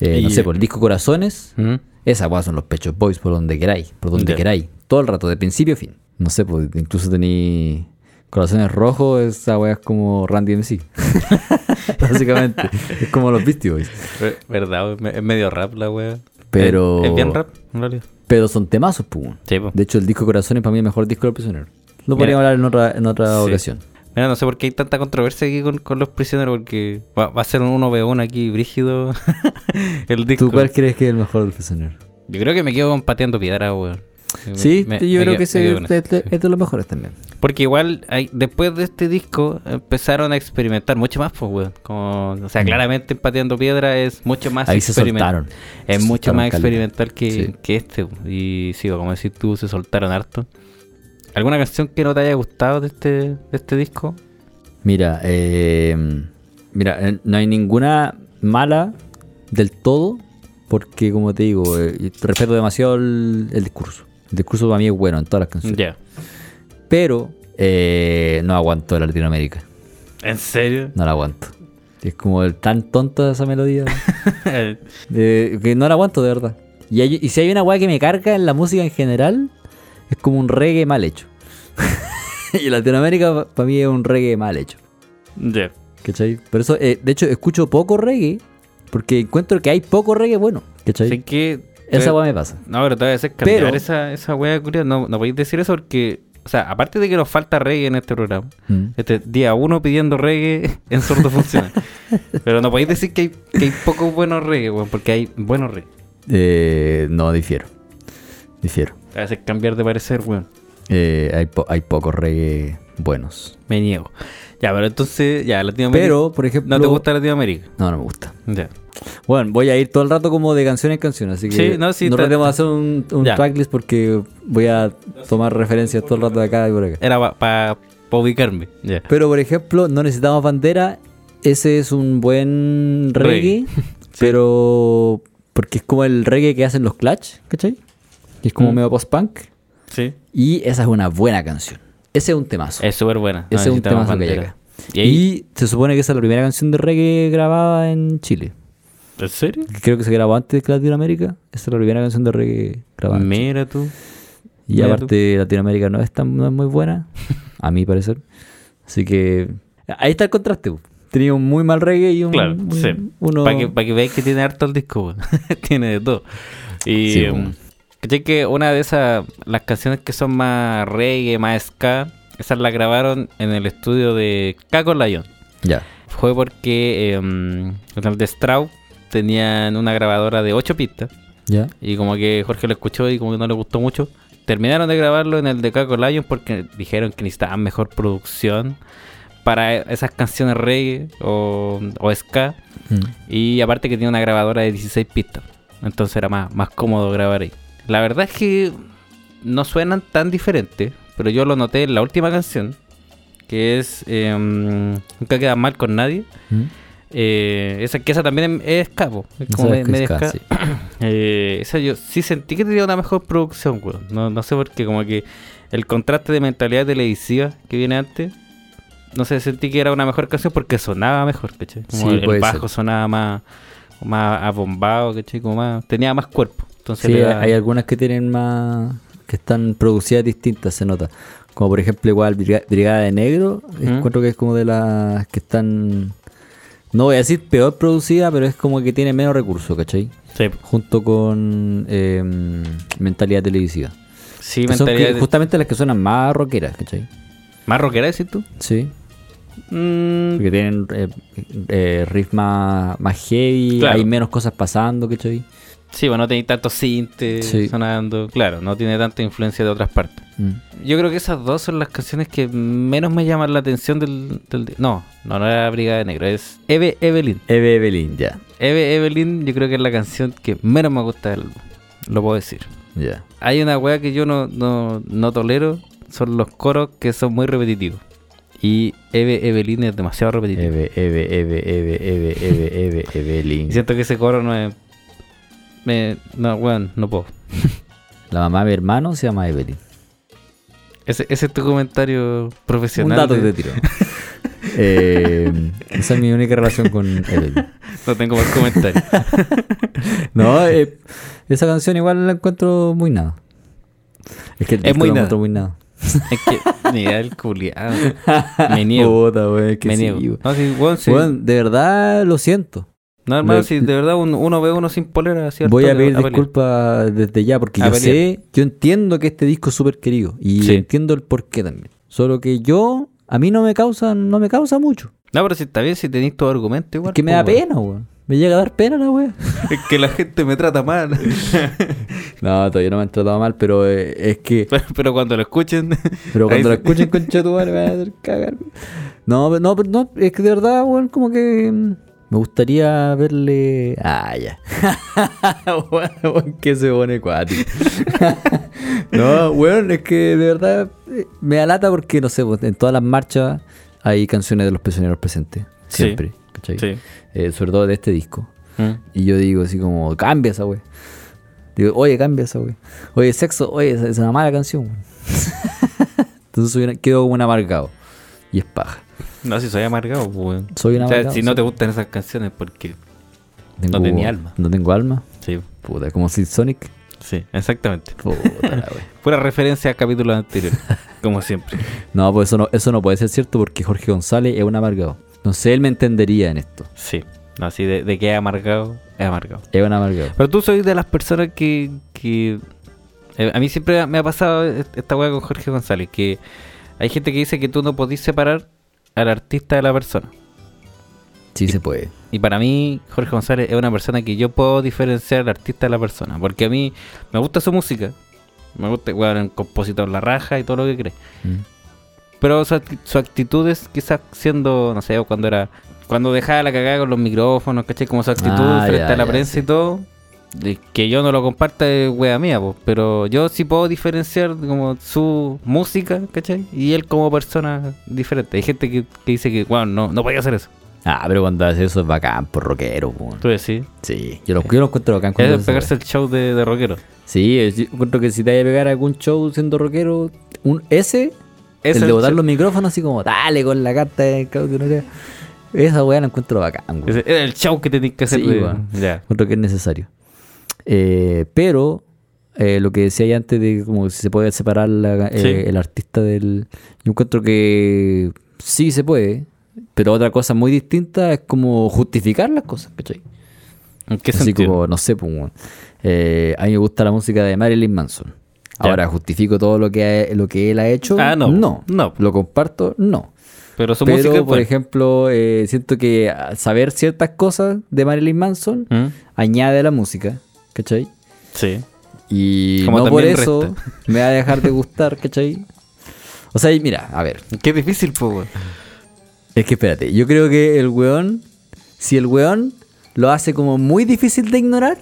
Eh, no Y, sé, eh, por el disco Corazones, Mm. esa weá son los pechos boys por donde queráis, por donde Ya. queráis, todo el rato, de principio a fin. No sé, pues incluso tení corazones rojos, esa weá es como Randy MC. *laughs* Básicamente, es como los Beastie Boys. Ver- ¿Verdad? weón? Me- Es medio rap la wea. Pero- ¿Es, es bien rap, en realidad. Pero son temazos, pues. weón. Sí, po. De hecho, el disco Corazones para mí es el mejor disco de los prisioneros. Lo Mira. podríamos hablar en otra, en otra Sí. ocasión. Mira, no sé por qué hay tanta controversia aquí con, con los prisioneros, porque va, va a ser un 1v1 aquí, brígido. *laughs* el disco. ¿Tú cuál crees que es el mejor de los prisioneros? Yo creo que me quedo con pateando piedra, weón. Sí, Me- yo me creo quedo- que me ese quedo es con de, eso, sí. es de los mejores también. Porque igual, hay- después de este disco, empezaron a experimentar mucho más, pues, weón. Como, o sea, claramente Pateando Piedra es mucho más Mm. Ahí se experimen- soltaron. Ah, Es Se mucho soltaron más caleta. experimental que, Sí. que este. weón. Y sí, como decís tú, se soltaron harto. ¿Alguna canción que no te haya gustado de este, de este disco? Mira, eh, mira, eh, no hay ninguna mala del todo, porque como te digo, eh, respeto demasiado el, el discurso. El discurso para mí es bueno en todas las Ya. canciones. Pero eh, no aguanto la Latinoamérica, ¿En serio? *laughs* no la aguanto. Es como el tan tonta esa melodía. ¿Qué de- que no la aguanto de verdad. Y, hay- y si hay una weá que me carga en la música en general, es como un reggae mal hecho. *laughs* y Latinoamérica para mí es un reggae mal hecho. ¿Cachai? Por eso, eh, de hecho, escucho poco reggae porque encuentro que hay poco reggae bueno. ¿Cachai? que. Esa weá me pasa. No, pero te voy a hacer Pero- cambiar esa, esa wea curiosa. No, no podéis decir eso porque, o sea, aparte de que nos falta reggae en este programa, Mm. este día uno pidiendo reggae *laughs* en sordo *laughs* funciona. pero no podéis decir que hay, que hay pocos buenos reggae, weón, porque hay buenos reggae. Eh, no, difiero. Difiero. Te voy a hacer cambiar de parecer, weón. Eh, hay, po- hay pocos reggae buenos. Me niego. Ya, pero entonces, ya, Latinoamérica. Pero, por ejemplo. ¿No te gusta Latinoamérica? No, no me gusta. Ya. Bueno, voy a ir todo el rato como de canción en canción, así que Sí, no, sí, te- tratemos de hacer un, un Ya. tracklist porque voy a tomar referencias todo el rato de acá y por acá. Era para ubicarme. Ya. Pero por ejemplo, no necesitamos bandera. Ese es un buen reggae. Reggae. *laughs* Pero. Porque es como el reggae que hacen los Clutch, ¿cachai? Que es como Mm. medio post-punk. Sí. Y esa es una buena canción. Ese es un temazo. Es súper buena. No ese es un Eh, necesitamos temazo que bandera. llega. Y, Y, ahí- se supone que esa es la primera canción de reggae grabada en Chile. ¿En serio? Que Creo que se grabó antes que Latinoamérica. Esa es la primera canción de reggae grabada. en Chile. Mira tú. Y mira aparte, Latinoamérica no es, tan, no es muy buena, a mi parecer. Así que ahí está el contraste. po. Tenía un muy mal reggae y un. Mm, Claro, un- sí. Uno, Para que, pa' que veáis que tiene harto el disco, weón. *laughs* tiene de todo. Y Sí, em, weón. ¿cachai que una de esas, las canciones que son más reggae, más ska, esas las grabaron en el estudio de Caco Lion. Ya. Fue porque em, con el de Straub tenían una grabadora de 8 pistas Ya. y como que Jorge lo escuchó y como que no le gustó mucho. Terminaron de grabarlo en el de Caco Lion porque dijeron que necesitaban mejor producción para e-, esas canciones reggae o, o ska. Y aparte que tiene una grabadora de 16 pistas. Entonces era más, más cómodo grabar ahí. La verdad es que no suenan tan diferentes, pero yo lo noté en la última canción, que es eh, Nunca queda mal con nadie. Mm. Eh, esa, que esa también es escapo. Como me, medio ska. *coughs* Eh, esa yo sí sentí que tenía una mejor producción, weón. No, no sé por qué, como que el contraste de mentalidad televisiva que viene antes, no sé, sentí que era una mejor canción porque sonaba mejor, ¿cachai? Como Sí, el, el puede bajo sonaba más, más abombado, ¿cachai? Como más, tenía más cuerpo. Entonces Sí, le da- hay algunas que tienen más. que están producidas distintas, se nota. Como por ejemplo, igual Briga- Brigada de Negro. Mm. Encuentro que es como de las que están. No voy a decir peor producida, pero es como que tiene menos recursos, ¿cachai? sí, Junto con eh, Mentalidad Televisiva. sí, Que son mentalidad que- de- justamente las que suenan más rockeras, ¿cachai? más rockera, decís tú. Sí. Mm, Porque tienen eh, eh, riffs más, más heavy, Claro. hay menos cosas pasando, ¿cachai? Sí, bueno, no tenéis tantos sintes Sí. sonando. Claro, no tiene tanta influencia de otras partes. Mm. Yo creo que esas dos son las canciones que menos me llaman la atención del... del di- no, no, no era Brigada de Negro, es Eve Evelyn. Eve Evelyn, ya. Eve Evelyn yo creo que es la canción que menos me gusta del álbum. Lo puedo decir. Ya. Hay una weá que yo no, no, no tolero, son los coros que son muy repetitivos. Y Eve Evelyn es demasiado repetitivo. Eve, Eve, Eve, Eve, Eve, Eve, Eve, Evelyn. Y siento que ese coro no es... me- no, weón, no puedo. La mamá de mi hermano se llama Evelyn. Ese, ese es tu comentario Un profesional. dato que de- *laughs* te tiro. Eh, esa es mi única relación con Evelyn. No tengo más comentario. No, eh, esa canción igual la encuentro muy nada. Es que el Es disco muy lo nada. encuentro muy nada. es que, mira el culiado. Me niego. Puta, wey, es que me sí, niego. wey. No, sí, weón, sí. Weón, de verdad lo siento. No, hermano, le- si de verdad un- uno, ve uno sin polera, ¿cierto? Voy a pedir pelear. disculpas desde ya porque A yo pelear. sé, yo entiendo que este disco es súper querido y Sí. entiendo el porqué también. Solo que yo, a mí no me causa, no me causa mucho. No, pero si está bien, si tenéis tu argumento igual. Es que me pues, da weón. pena, weón. Me llega a dar pena la wea. *laughs* Es que la gente me trata mal. *laughs* *laughs* No, todavía no me han tratado mal, pero eh, es que. pero, pero cuando lo escuchen. *laughs* Pero cuando lo ahí- escuchen con me van a hacer cagar. No, pero- no, pero no, es que de verdad, weón, como que. mm, Me gustaría verle. Ah, ya. *laughs* Weón, weón, que se pone cuático. *laughs* no, weón, es que de verdad eh, me alata porque, no sé, pues, en todas las marchas hay canciones de los prisioneros presentes. Sí. Siempre, ¿cachai? Sí. Eh, sobre todo de este disco. Mm. Y yo digo así como, cambia esa wey. Digo, oye, cambia esa wey. Oye, sexo, oye, esa esa es una mala canción. weón". *laughs* Entonces soy una- quedo como un amargado. Y es paja. No, si soy amargado, pues, weón. Soy un O sea, amargado, si no sí. te gustan esas canciones, porque. No tenía alma. No tengo alma. Sí, Puta, como si Sonic. sí, exactamente. Puta la *laughs* wey. Pura referencia a capítulos *laughs* anteriores, como siempre. No, pues eso no, eso no puede ser cierto porque Jorge González es un amargado. No sé, él me entendería en esto. Sí, no, así de, de que es amargado, es amargado. Es un amargado. Pero tú soy de las personas que. que- eh, a mí siempre me ha pasado est- esta weá con Jorge González, que hay gente que dice que tú no podís separar al artista de la persona. Sí se puede. Y para mí, Jorge González es una persona que yo puedo diferenciar al artista de la persona. Porque a mí me gusta su música. Me gusta, weón, el compositor La Raja y todo lo que cree. Mm. Pero su, acti- su actitud es quizás siendo, no sé, o cuando era. Cuando dejaba la cagada con los micrófonos, ¿cachai? Como su actitud Ah, frente ya, a la ya, prensa sí. y todo. de que yo no lo comparta es wea mía, po, pero yo sí puedo diferenciar como su música, ¿cachai? Y él como persona diferente. Hay gente que, que dice que, wow, no, no podía hacer eso. Ah, pero cuando hace eso es bacán, por rockero, weón. Tú decís. Sí, yo lo, yo lo encuentro bacán cuando Es hace esa pegarse el show de, de rockero. Sí, es- yo encuentro que si te vaya a pegar algún show siendo rockero, un ese, Es el de el botar show. los micrófonos así como, dale con la carta de Claudio Narea. Esa weá la encuentro bacán, güey. Ese Era el show que tenías que hacer. Sí, de- weón. ya. Encuentro que es necesario. Eh, pero eh, lo que decía ya antes de como si se puede separar la- eh, Sí. el artista del... Yo encuentro que sí se puede, pero otra cosa muy distinta es como justificar las cosas, ¿cachai? ¿En qué Así sentido? como, no sé, pues, weón. Eh, a mí me gusta la música de Marilyn Manson. Ya. Ahora, ¿justifico todo lo que, lo que él ha hecho? Ah, no. No. No. ¿Lo comparto? No. pero su Pero, música. por pues, ejemplo, eh, siento que ah, saber ciertas cosas de Marilyn Manson ¿Mm? añade a la música, ¿cachai? Sí. Y Como no por también eso resta. *laughs* me va a dejar de gustar, ¿cachai? O sea, y mira, a ver, Qué difícil, po, weón. es que espérate, yo creo que el weón, si el weón lo hace como muy difícil de ignorar,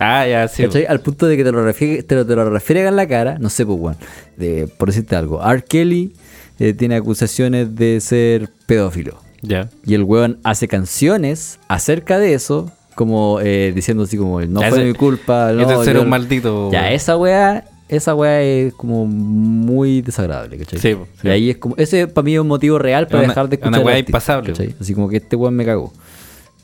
Ah, ya, sí. ¿Cachai? Al punto de que te lo, refie- te lo, te lo refriegan en la cara, no sé, pues, weón. De- por decirte algo, R. Kelly eh, tiene acusaciones de ser pedófilo. Ya. Y el weón hace canciones acerca de eso, como eh, diciendo así como, no Ya, fue ese- mi culpa. ese No, era yo- un maldito, Ya, weón. esa weá, esa weá es como muy desagradable, ¿cachai? Sí, po, sí. Y ahí es como, ese para mí es un motivo real para Es una- dejar de es una escuchar. weá al artista, impasable. ¿cachai? Así como que este weón me cagó.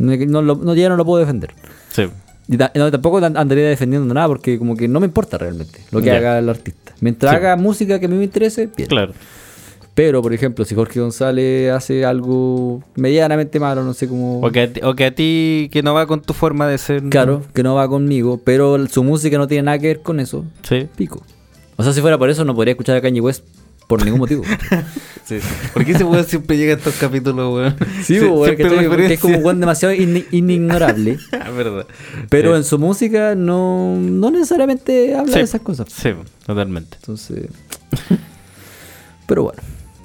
No, no lo- no, ya no lo puedo defender. Sí. Y ta- no, tampoco an- andaría defendiendo nada porque como que no me importa realmente lo que Ya. haga el artista. Mientras Sí. haga música que a mí me interese, bien. Claro. Pero, por ejemplo, si Jorge González hace algo medianamente malo, no sé cómo... O que, a ti, o que a ti que no va con tu forma de ser. Claro, que no va conmigo, pero su música no tiene nada que ver con eso. Sí. Pico. O sea, si fuera por eso no podría escuchar a Kanye West por *laughs* ningún motivo. Sí. ¿Por qué ese weón siempre llega a estos capítulos, weón? Sí, Sie- weón, siempre ¿cachai? Porque es como un referencia. weón demasiado in- inignorable. *laughs* Ah, verdad. Pero Sí. en su música no, no necesariamente habla de esas cosas. Sí, totalmente. Entonces. *laughs* Pero bueno.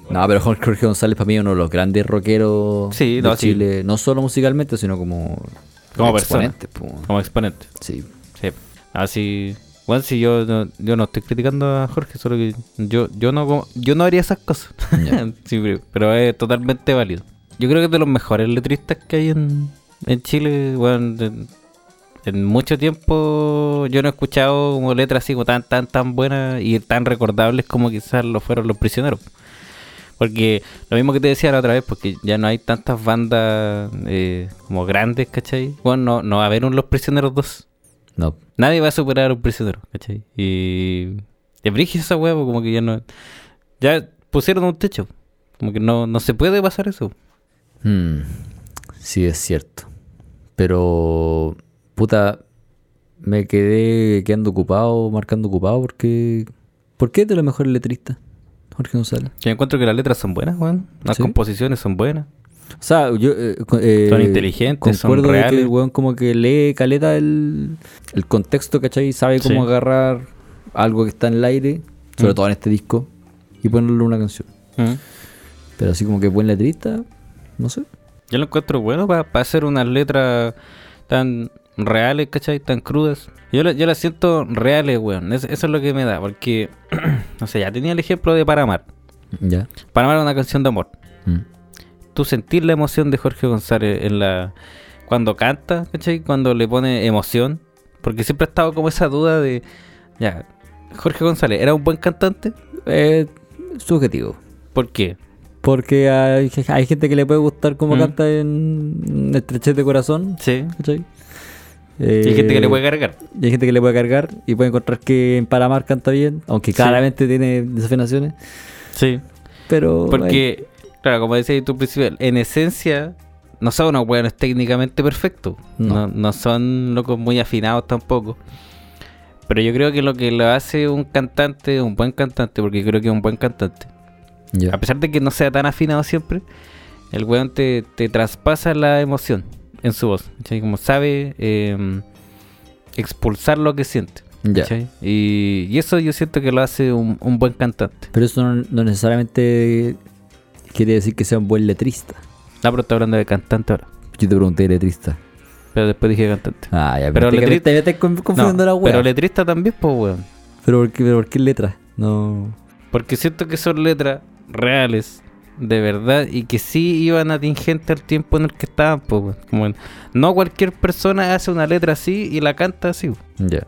No, pero Jorge Jorge González para mí es uno de los grandes rockeros Sí, de no, sí. Chile, no solo musicalmente, sino como, Como persona. exponente, po. Como exponente. Sí. Sí. Así. Bueno, si yo no, yo no estoy criticando a Jorge, solo que yo, yo no como- yo no haría esas cosas. Ya. *laughs* Sí, pero, pero es totalmente válido. Yo creo que es de los mejores letristas que hay en, en Chile, weón. en, en mucho tiempo yo no he escuchado como letras así como tan, tan, tan buenas y tan recordables como quizás lo fueron los prisioneros. Porque lo mismo que te decía la otra vez, porque ya no hay tantas bandas eh, como grandes, ¿cachai? Bueno, no, no va a haber un Los Prisioneros 2. No. Nadie va a superar a un prisionero, ¿cachai? Y. Es brígida esa huevo, como que ya no. Ya pusieron un techo. Como que no, no se puede pasar eso. Hmm, Sí, es cierto. Pero. Puta. Me quedé quedando ocupado, marcando ocupado, porque. ¿Por qué es de los mejores letristas? Jorge González. Yo encuentro que las letras son buenas, weón. Las Sí. composiciones son buenas. O sea, yo. eh, co- eh, Son inteligentes, son concuerdo de que reales. el weón como que lee caleta el, el contexto, ¿cachai? Y sabe cómo Sí. agarrar algo que está en el aire, sobre Mm. todo en este disco, y ponerle una canción. Pero así como que buen letrista, no sé. Yo lo encuentro bueno para hacer unas letras tan reales, ¿cachai? Tan crudas. Yo, la- yo las siento reales, weón. Es- eso es lo que me da, porque. *clears throat* no sé, ya tenía el ejemplo de Paramar. Ya. Paramar es una canción de amor. Mm. tú sentir la emoción de Jorge González en la cuando canta, ¿cachai? Cuando le pone emoción, porque siempre ha estado como esa duda de ya, Jorge González era un buen cantante, Eh, subjetivo. ¿por qué? Porque hay, hay gente que le puede gustar cómo Mm. canta en Estrechez de Corazón. Sí. ¿cachai? Y hay gente que le Eh, puede cargar. y hay gente que le puede cargar y puede encontrar que en Paramar canta bien, aunque claramente tiene desafinaciones. Sí. Pero. Porque, claro, como decías tú al principio, en esencia no son unos hueones técnicamente perfectos. No. No. no son locos muy afinados tampoco. Pero yo creo que lo que lo hace un cantante, un buen cantante, porque creo que es un buen cantante, ay, ya. A pesar de que no sea tan afinado siempre, el weón te, te traspasa la emoción en su voz. ¿cachai? Como sabe eh, expulsar lo que siente. Ya. ¿cachai? Y, y eso yo siento que lo hace un, un buen cantante. Pero eso no, no necesariamente quiere decir que sea un buen letrista. La pero estoy hablando de cantante ahora. Yo te pregunté letrista. Pero después dije cantante. Ah, ya, Pero pero letri- letrista. Ya te con- confundiendo No, la wea. pero Pero, letrista también, pues weón. ¿por qué, pero ¿por qué letra? No. Porque siento que son letras reales, de verdad, y que sí iban atingente al tiempo en el que estaban, pues weón. Como en- no cualquier persona hace una letra así y la canta así. weón. Ya.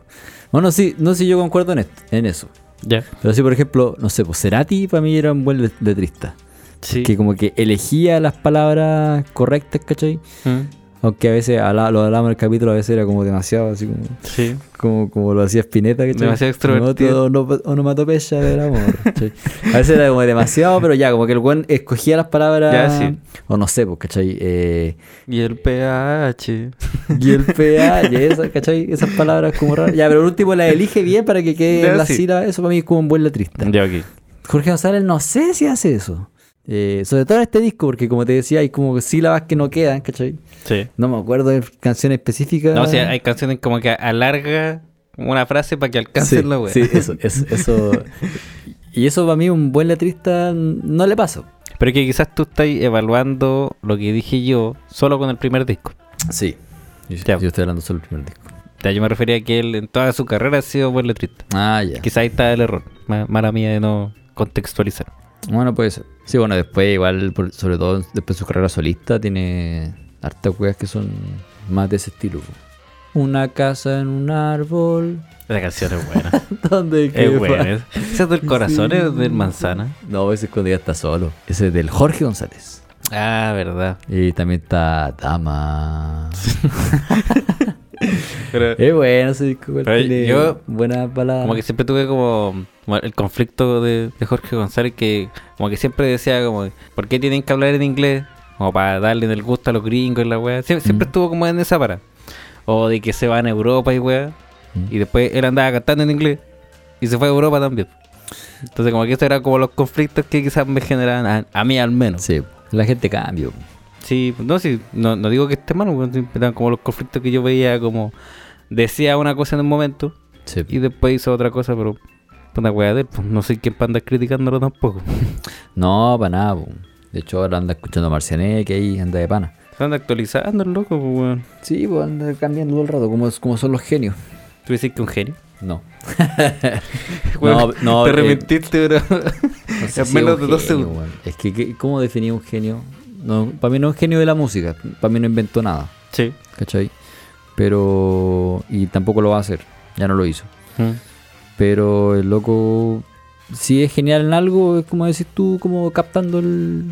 Bueno, sí, no sé si yo concuerdo en, esto- en eso. Ya. Pero sí, por ejemplo, no sé, pues Cerati para mí era un buen let- letrista. Sí. Que como que elegía las palabras correctas, ¿cachai? Mm. Aunque a veces habla- lo hablábamos en el capítulo, a veces era como demasiado, así como, Sí. como, como lo hacía Spinetta, ¿cachai? Demasiado extrovertido. No, no, onomatopeya del amor, ¿cachai? A veces era como demasiado, pero ya, como que el buen escogía las palabras. Ya, sí. O no sé, pues, ¿cachai? Eh, Y el pH. y el PA, y esa, ¿cachai? Esas palabras como raras. Ya, pero el último las elige bien para que quede Ya, en la sí. sílaba. Eso para mí es como un buen letrista. Ya, ok. Jorge González no sé si hace eso. Eh, sobre todo en este disco, porque como te decía, hay como sílabas que no quedan, ¿cachai? Sí. No me acuerdo de canción específica. No, o sea, hay canciones como que alarga una frase para que alcancen sí, la wea. sí, eso, eso, eso. *laughs* Y eso para mí, un buen letrista no le pasó. Pero que quizás tú estás evaluando lo que dije yo solo con el primer disco. Sí. Ya. Yo estoy hablando solo del primer disco. Ya, yo me refería a que él en toda su carrera ha sido buen letrista. Ah, ya. Quizás ahí está el error. Ma- Mala mía de no contextualizar. Bueno, puede ser. Sí, bueno, después, igual, por- sobre todo después de su carrera solista, tiene hartas weas que son más de ese estilo. Una casa en un árbol. *laughs* Esa canción es buena. *laughs* ¿Dónde es queda? buena. es- Esa es del corazón, es del manzana. No, ese es cuando ya está solo. Ese es del Jorge González. Ah, verdad. Y también está Dama. Pero es bueno ese disco. igual Pero tiene yo- buenas baladas. Como que siempre tuve como, como el conflicto de, de Jorge González que como que siempre decía como, ¿por qué tienen que hablar en inglés? Como para darle el gusto a los gringos y la weá. Sie- siempre Mm. estuvo como en esa para. O de que se van a Europa y weá. Mm. Y después él andaba cantando en inglés. Y se fue a Europa también. Entonces, como que estos eran como los conflictos que quizás me generaban, a, a mí al menos. Sí, Sí, la gente cambia. no, sí, no, no digo que esté mal, weón, sí, eran como los conflictos que yo veía, como decía una cosa en el momento Sí. y después hizo otra cosa, pero una weá de él, pues, no sé quién para andar criticándolo tampoco. *laughs* No, para nada. po. De hecho, ahora anda escuchando Marciané, que ahí anda de pana. Se anda actualizando el loco, pues, weón. Sí, pues anda cambiando todo el rato, como, como son los genios. ¿Tú dices que un *laughs* genio? No. Weón, no, Te eh, arrepentiste, *laughs* bro. no sé en si menos es de un dos genio, segundos. weón. Es que, que- ¿cómo definir un genio? No, para mí no es un genio de la música. Para mí no inventó nada. Sí. ¿Cachai? Pero. Y tampoco lo va a hacer. Ya no lo hizo. Mm. Pero el loco, si es genial en algo, es como decís tú, como captando el,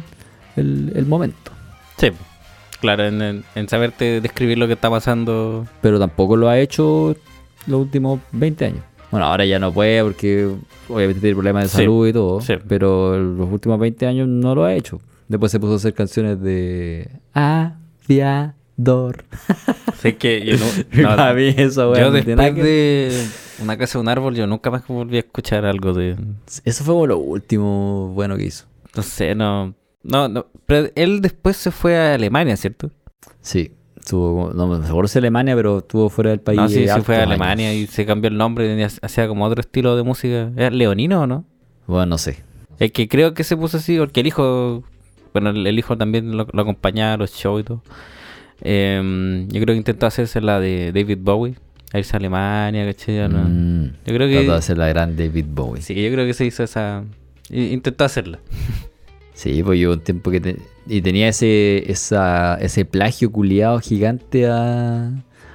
el- el momento. Sí. Claro, en, en- en saberte describir lo que está pasando. Pero tampoco lo ha hecho los últimos 20 años. Bueno, ahora ya no puede porque obviamente tiene problemas de Sí, salud y todo. sí. Pero los últimos 20 años no lo ha hecho. Después se puso a hacer canciones de *laughs* aviador. Sé que yo *laughs* no- Para mí esa wea yo no tiene nada después que- de una casa de un árbol, yo nunca más volví a escuchar algo de. Eso fue como lo último bueno que hizo. No sé, no. No, no. Pero él después se fue a Alemania, ¿cierto? Sí. Estuvo, no me acuerdo si Alemania, pero estuvo fuera del país. no, sí, eh, se fue a hartos Alemania años. y se cambió el nombre y ha- hacía como otro estilo de música. ¿Era leonino o no? Bueno, no sé. Es que creo que se puso así porque el hijo, bueno, el el hijo también lo, lo acompañaba a los shows y todo. Em, yo creo que intentó hacerse la de David Bowie, a irse a Alemania, ¿cachai? A la- Mm. Yo creo Trató de que... hacer la gran David Bowie. Sí, Sí, yo creo que se hizo esa... i- Intentó hacerla. pues yo un tiempo que... te- Y tenía ese, esa, ese plagio culiado gigante a,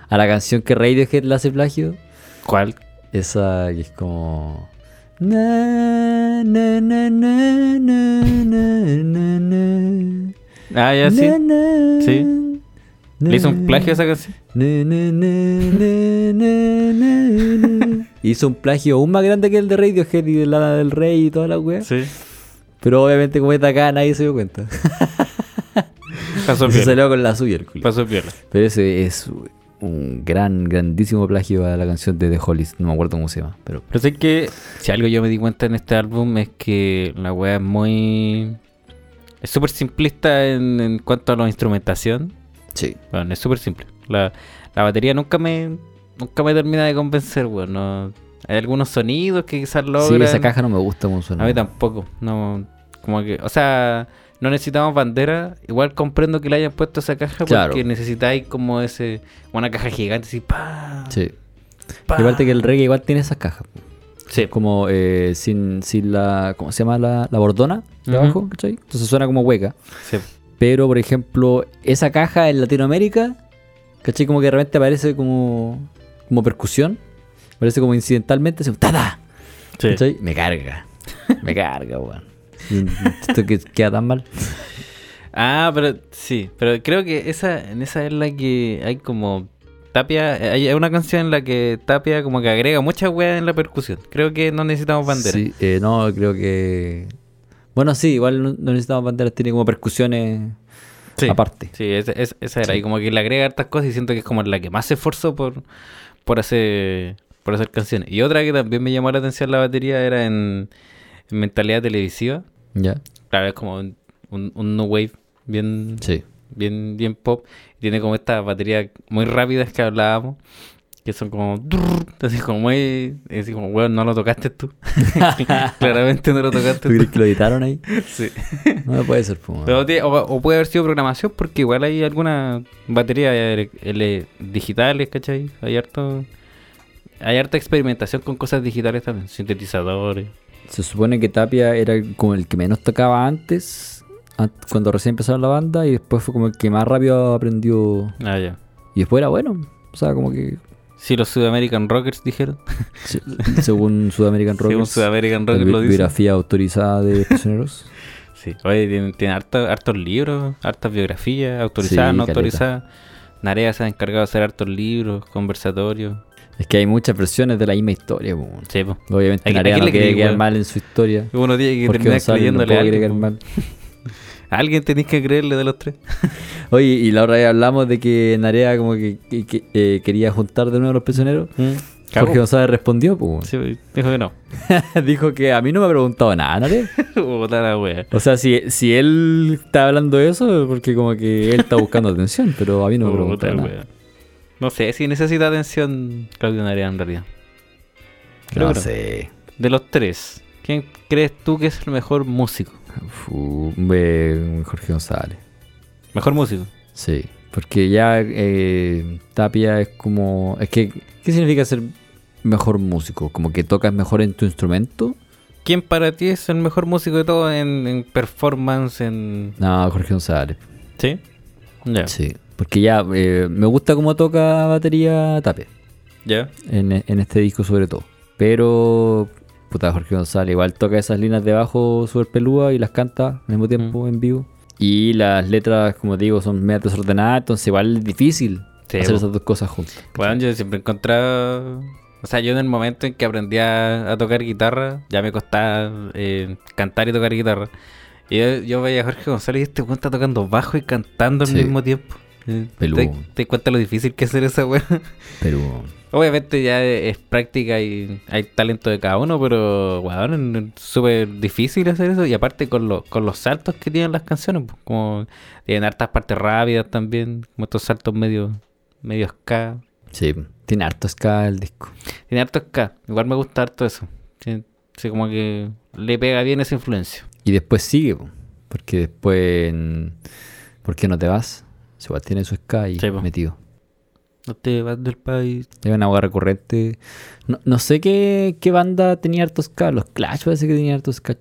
a la canción que Radiohead le hace plagio. ¿Cuál? Esa que es como... Na, na, na, na, na, na, na, na. Ah, ya sí. Na, na, Sí. na, Le hizo un plagio a esa canción. Na, na, na, na, na, na, na. Hizo un plagio aún más grande que el de Radiohead y de Lana del Rey y toda la wea. Sí. Pero obviamente como está acá nadie se dio cuenta. Pasó *laughs* Se piola. salió con la suya el culo. Pasó piola. Pero ese es un gran, grandísimo plagio a la canción de The Hollies. No me acuerdo cómo se llama. Pero Pero sé que si algo yo me di cuenta en este álbum es que la weá es muy... Es súper simplista en, en cuanto a la instrumentación. sí. Bueno, es súper simple. La, la batería nunca me nunca me termina de convencer, weón. No- hay algunos sonidos que quizás logran. Sí, esa caja no me gusta cómo suena. A mí tampoco. No, como que, o sea, no necesitamos bandera. Igual comprendo que le hayan puesto esa caja Claro. porque necesitáis como ese una caja gigante así pa. Sí. pa. Y aparte que el reggae igual tiene esas cajas. Sí. Como eh, sin, sin la... ¿Cómo se llama? La, la bordona de Ujú. abajo, ¿cachai? Entonces suena como hueca. sí. Pero, por ejemplo, esa caja en Latinoamérica, ¿cachai? Como que de repente aparece como, como percusión. Parece como incidentalmente, se ¡tada! ¿Cachai? Me carga. Me *laughs* carga, weón. Esto que queda tan mal. Ah, pero sí, pero creo que esa en esa es la que hay como Tapia, eh, hay hay una canción en la que Tapia como que agrega muchas weas en la percusión. Creo que no necesitamos bandera. Sí, eh, no, creo que. Bueno, sí, igual no, no necesitamos banderas, tiene como percusiones Sí. aparte. Sí, esa, esa- esa era. Sí. Y como que le agrega hartas cosas y siento que es como la que más se esforzó por, por, hacer, por hacer canciones. Y otra que también me llamó la atención la batería era en, en mentalidad televisiva. ¿Ya? Claro, es como un, un, un new wave bien, Sí. bien, bien pop. Tiene como estas baterías muy rápidas que hablábamos. Que son como... Entonces como muy... Así como, weón, no lo tocaste tú. *laughs* Claramente no lo ¿Tú tocaste tú. crees que lo editaron ahí? *laughs* Sí. No puede ser, pues, weón. Pero tiene- o, o puede haber sido programación porque igual hay alguna batería eh, L- digitales, ¿cachai? Hay harto... Hay harta experimentación con cosas digitales también, sintetizadores. Se supone que Tapia era como el que menos tocaba antes, an- cuando recién empezaron la banda, y después fue como el que más rápido aprendió. Ah, ya. Y después era bueno. O sea, como que Sí, los Sudamerican Rockers dijeron. *laughs* se- según Sudamerican Rockers, Según Sudamerican la Rockers lo dicen. biografía *laughs* autorizada de prisioneros. Sí. Oye, tienen, tienen harto- hartos libros, hartas biografías, autorizadas, Sí, no caleta. autorizadas. Narea se ha encargado de hacer hartos libros, conversatorios. es que hay muchas versiones de la misma historia, po, weón. Sí, po. Obviamente Aquí- Narea aquí no le quiere creí, quedar weón. mal en su historia. Uno tiene que Porque terminar Gonzalo no creyéndole a puede alguien. creer po. mal. A alguien tenéis que creerle de los tres. Oye, y la otra vez hablamos de que Narea como que, que- que, eh, quería juntar de nuevo a los prisioneros. Cagó. Jorge González respondió, pues. Sí, dijo que no. *laughs* *laughs* Dijo que a mí no me ha preguntado nada, ¿no? Puta la wea. O sea, si, si él está hablando de eso, es porque como que él está buscando atención, pero a mí no me Puta preguntó la nada. wea. No sé si necesita atención Claudio Narea en realidad. Creo no que no. sé. De los tres, ¿quién crees tú que es el mejor músico? Fu- eh, Jorge González. Mejor músico. Sí. Porque ya eh, Tapia es como... Es que, ¿qué significa ser mejor músico? ¿Como que tocas mejor en tu instrumento? ¿Quién para ti es el mejor músico de todo en, en performance? En... No, Jorge González. ¿Sí? Ya. Sí. Porque ya eh, me gusta cómo toca batería Tapia. Ya. en, en este disco sobre todo. Pero, puta, Jorge González igual toca esas líneas de bajo súper pelúa y las canta al Mm. mismo tiempo en vivo. Y las letras, como digo, son medio desordenadas, entonces igual es difícil Sí, hacer bo. esas dos cosas juntas. Bueno, yo siempre encontraba. O sea, yo en el momento en que aprendí a, a tocar guitarra, ya me costaba eh, cantar y tocar guitarra. Y yo, yo veía a Jorge González y este weón está tocando bajo y cantando al Sí. mismo tiempo. Eh, ¿Te, Peludo. te das cuenta lo difícil que es hacer esa weá? Pero, Obviamente ya es práctica y hay talento de cada uno, pero weón, es súper difícil hacer eso. Y aparte con, lo- con los saltos que tienen las canciones, pues, como tienen hartas partes rápidas también, como estos saltos medio, medio ska. sí, tiene harto ska el disco. Tiene harto ska. Igual me gusta harto eso. Sí, sí, como que le pega bien esa influencia. Y después sigue, po, porque después, en- ¿por qué no te vas? Se igual tiene su ska ahí Sí, po. metido. No te vas del país. Es una hueá recurrente. No, no sé qué, qué banda tenía harto ska, los Clash parece que tenía harto ska.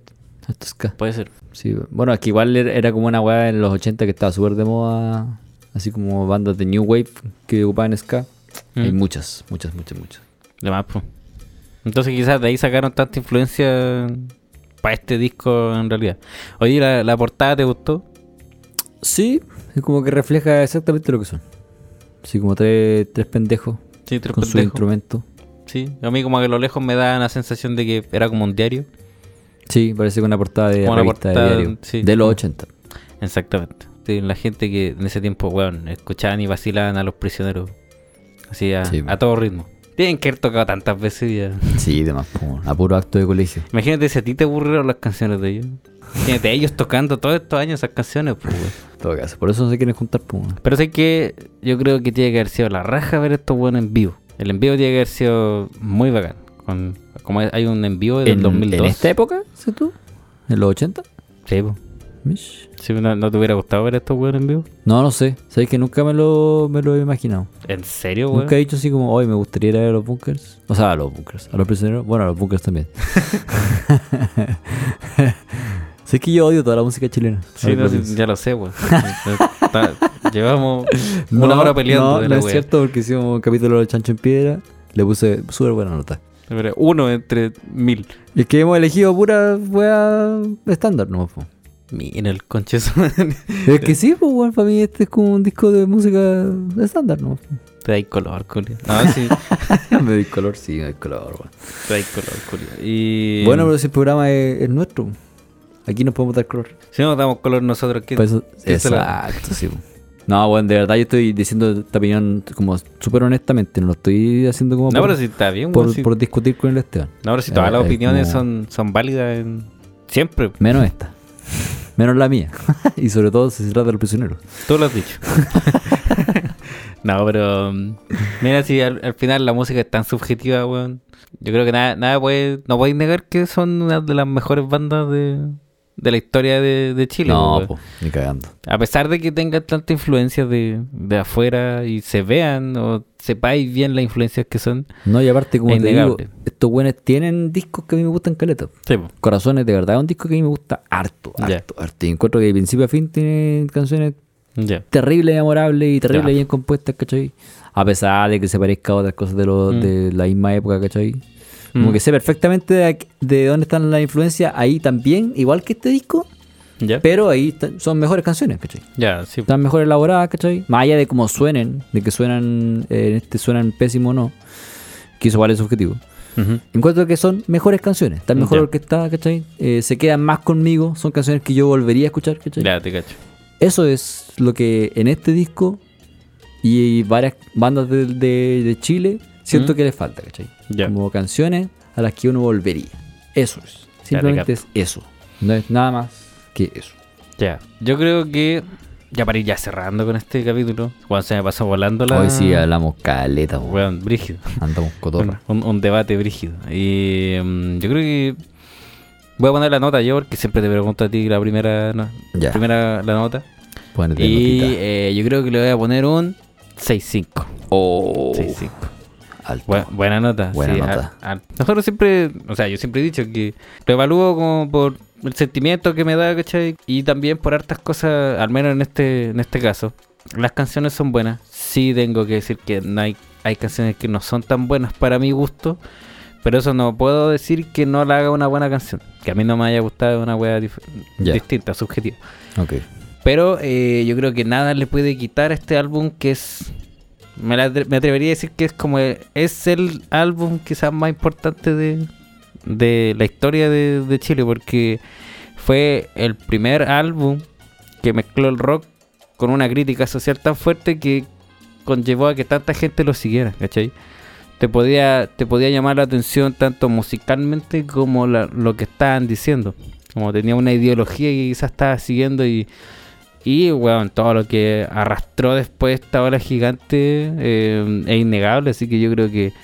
Harto ska. Puede ser. Sí, bueno, es que igual era era como una weá en los 80 que estaba súper de moda, así como bandas de New Wave que ocupaban ska. Mm. Hay muchas, muchas, muchas, muchas. De más, po. Entonces quizás de ahí sacaron tanta influencia para este disco en realidad. Oye, ¿la, la portada te gustó? Sí, es como que refleja exactamente lo que son. Así como tres, tres pendejos Sí, tres con su pendejos. instrumento. Sí, a mí como que a lo lejos me da la sensación de que era como un diario. Sí, parece que una portada de Como una revista de portada, diario. sí. De los 80. Exactamente. Sí, la gente que en ese tiempo, weón, escuchaban y vacilaban a los prisioneros. Así a, Sí. a todo ritmo. Tienen que haber tocado tantas veces ya. Sí, demás, po, a puro acto de colegio. Imagínate si a ti te aburrieron las canciones de ellos. Imagínate ellos tocando todos estos años esas canciones, pues, weón. En todo caso, por eso no se quieren juntar, po. Pero sé que yo creo que tiene que haber sido la raja ver estos buenos en vivo. El envío tiene que haber sido muy bacán. Con, como hay un envío del En, este? 2002. en esta época, ¿sí tú? ¿En los 80? Sí, po. Mish. Sí, no, no te hubiera gustado ver estos buenos en vivo? No, no sé. Sabes que nunca me lo, me lo he imaginado. ¿En serio, weón? Nunca he dicho así como, hoy me gustaría ir a ver a los bunkers. O sea, a los bunkers, a los prisioneros. Bueno, a los bunkers también. *laughs* sé que yo odio toda la música chilena. Sí, no, sí, ya lo sé, weón. Está- *laughs* Llevamos una hora peleando No, de no la es wea. cierto porque hicimos un capítulo de los Chancho en Piedra. Le puse súper buena nota. Pero Uno entre mil. Y es que hemos elegido pura wea estándar, ¿no? po. Mira el *laughs* conchazo. Pero es que sí, pues, weón, para mí este es como un disco de música estándar, ¿no? *laughs* po. Te dais color, Julio. Ah, No, *laughs* sí. me doy color, sí, me doy color, weón. Te dais color, Julio. Y... Bueno, pero si el programa es, es nuestro, aquí nos podemos dar color. Si no nos damos color nosotros, ¿qué? Pa' eso- qué se la- Pues, exacto, sí. po. No, bueno, de verdad yo estoy diciendo esta opinión como súper honestamente, no lo estoy haciendo como No, por, pero si está bien, por- weón, si- por discutir con el Esteban. No, pero si Eh, todas las es opiniones como- son, son válidas en... siempre, Menos esta. Menos la mía. *laughs* y sobre todo si se trata de los prisioneros. tú lo has dicho. *laughs* no, pero mm, mira si al, al final la música es tan subjetiva, weón. Yo creo que nada, nada puede, no podéis negar que son una de las mejores bandas de, de la historia de, de Chile. No, weón. po, ni cagando. A pesar de que tengan tanta influencia de, de afuera y se vean o sepáis bien las influencias que son. No, y aparte, como Es te digo, innegable. estos buenos tienen discos que a mí me gustan caleta. Sí, po. Corazones, de verdad, es un disco que a mí me gusta harto, Ya. harto, harto. Y encuentro que de principio a fin tiene canciones ya. terrible memorable y terrible Ya. bien compuesta, ¿cachai? A pesar de que se parezca a otras cosas de, lo- de la misma época, ¿cachai? Como Mm. que sé perfectamente de, aquí- de dónde están las influencias ahí también, igual que este disco, Ya. pero ahí están- son mejores canciones, ¿cachai? Ya, sí. Están mejor elaboradas, ¿cachai? Más allá de cómo suenen, de que suenan, eh, en este suenan pésimo o no, que eso vale subjetivo. Ujú. Encuentro que son mejores canciones, están mejor Ya. orquestadas, ¿cachai? Eh, se quedan más conmigo, son canciones que yo volvería a escuchar, ¿cachai? Ya, te cacho. Eso es lo que en este disco y varias bandas de, de- de Chile siento que le falta, ¿cachai? Mm. Ya. Como canciones a las que uno volvería. Eso es. Simplemente es eso. No es nada más que eso. Ya. Yo creo que. Ya para ir ya cerrando con este capítulo. Cuando se me pasó volando la. Hoy sí hablamos caleta, po. Weón, brígido. andamos cotorra. Un, un debate brígido. Y mm, yo creo que. Voy a poner la nota yo, porque siempre te pregunto a ti la primera, no- Ya. primera la nota. Ponete Y notita. eh, yo creo que le voy a poner un 6-5. Oh, 6-5. alto. Bu- buena nota. Buena sí, a- nota. a- nosotros siempre, o sea, yo siempre he dicho que lo evalúo como por el sentimiento que me da, ¿cachai? Y también por hartas cosas, al menos en este, en este caso. Las canciones son buenas. Sí tengo que decir que no hay, hay canciones que no son tan buenas para mi gusto. Pero eso no puedo decir que no la haga una buena canción. Que a mí no me haya gustado una wea dif- Ya. distinta, subjetiva. Ok. Pero eh, yo creo que nada le puede quitar a este álbum que es... Me, la atre- me atrevería a decir que es como... el- es el álbum quizás más importante de, de la historia de, de Chile porque fue el primer álbum que mezcló el rock con una crítica social tan fuerte que conllevó a que tanta gente lo siguiera, ¿cachai? Te podía, te podía llamar la atención tanto musicalmente como la- lo que estaban diciendo. Como tenía una ideología que quizás estaba siguiendo y, y weón, todo lo que arrastró después esta ola gigante eh, es innegable, así que yo creo que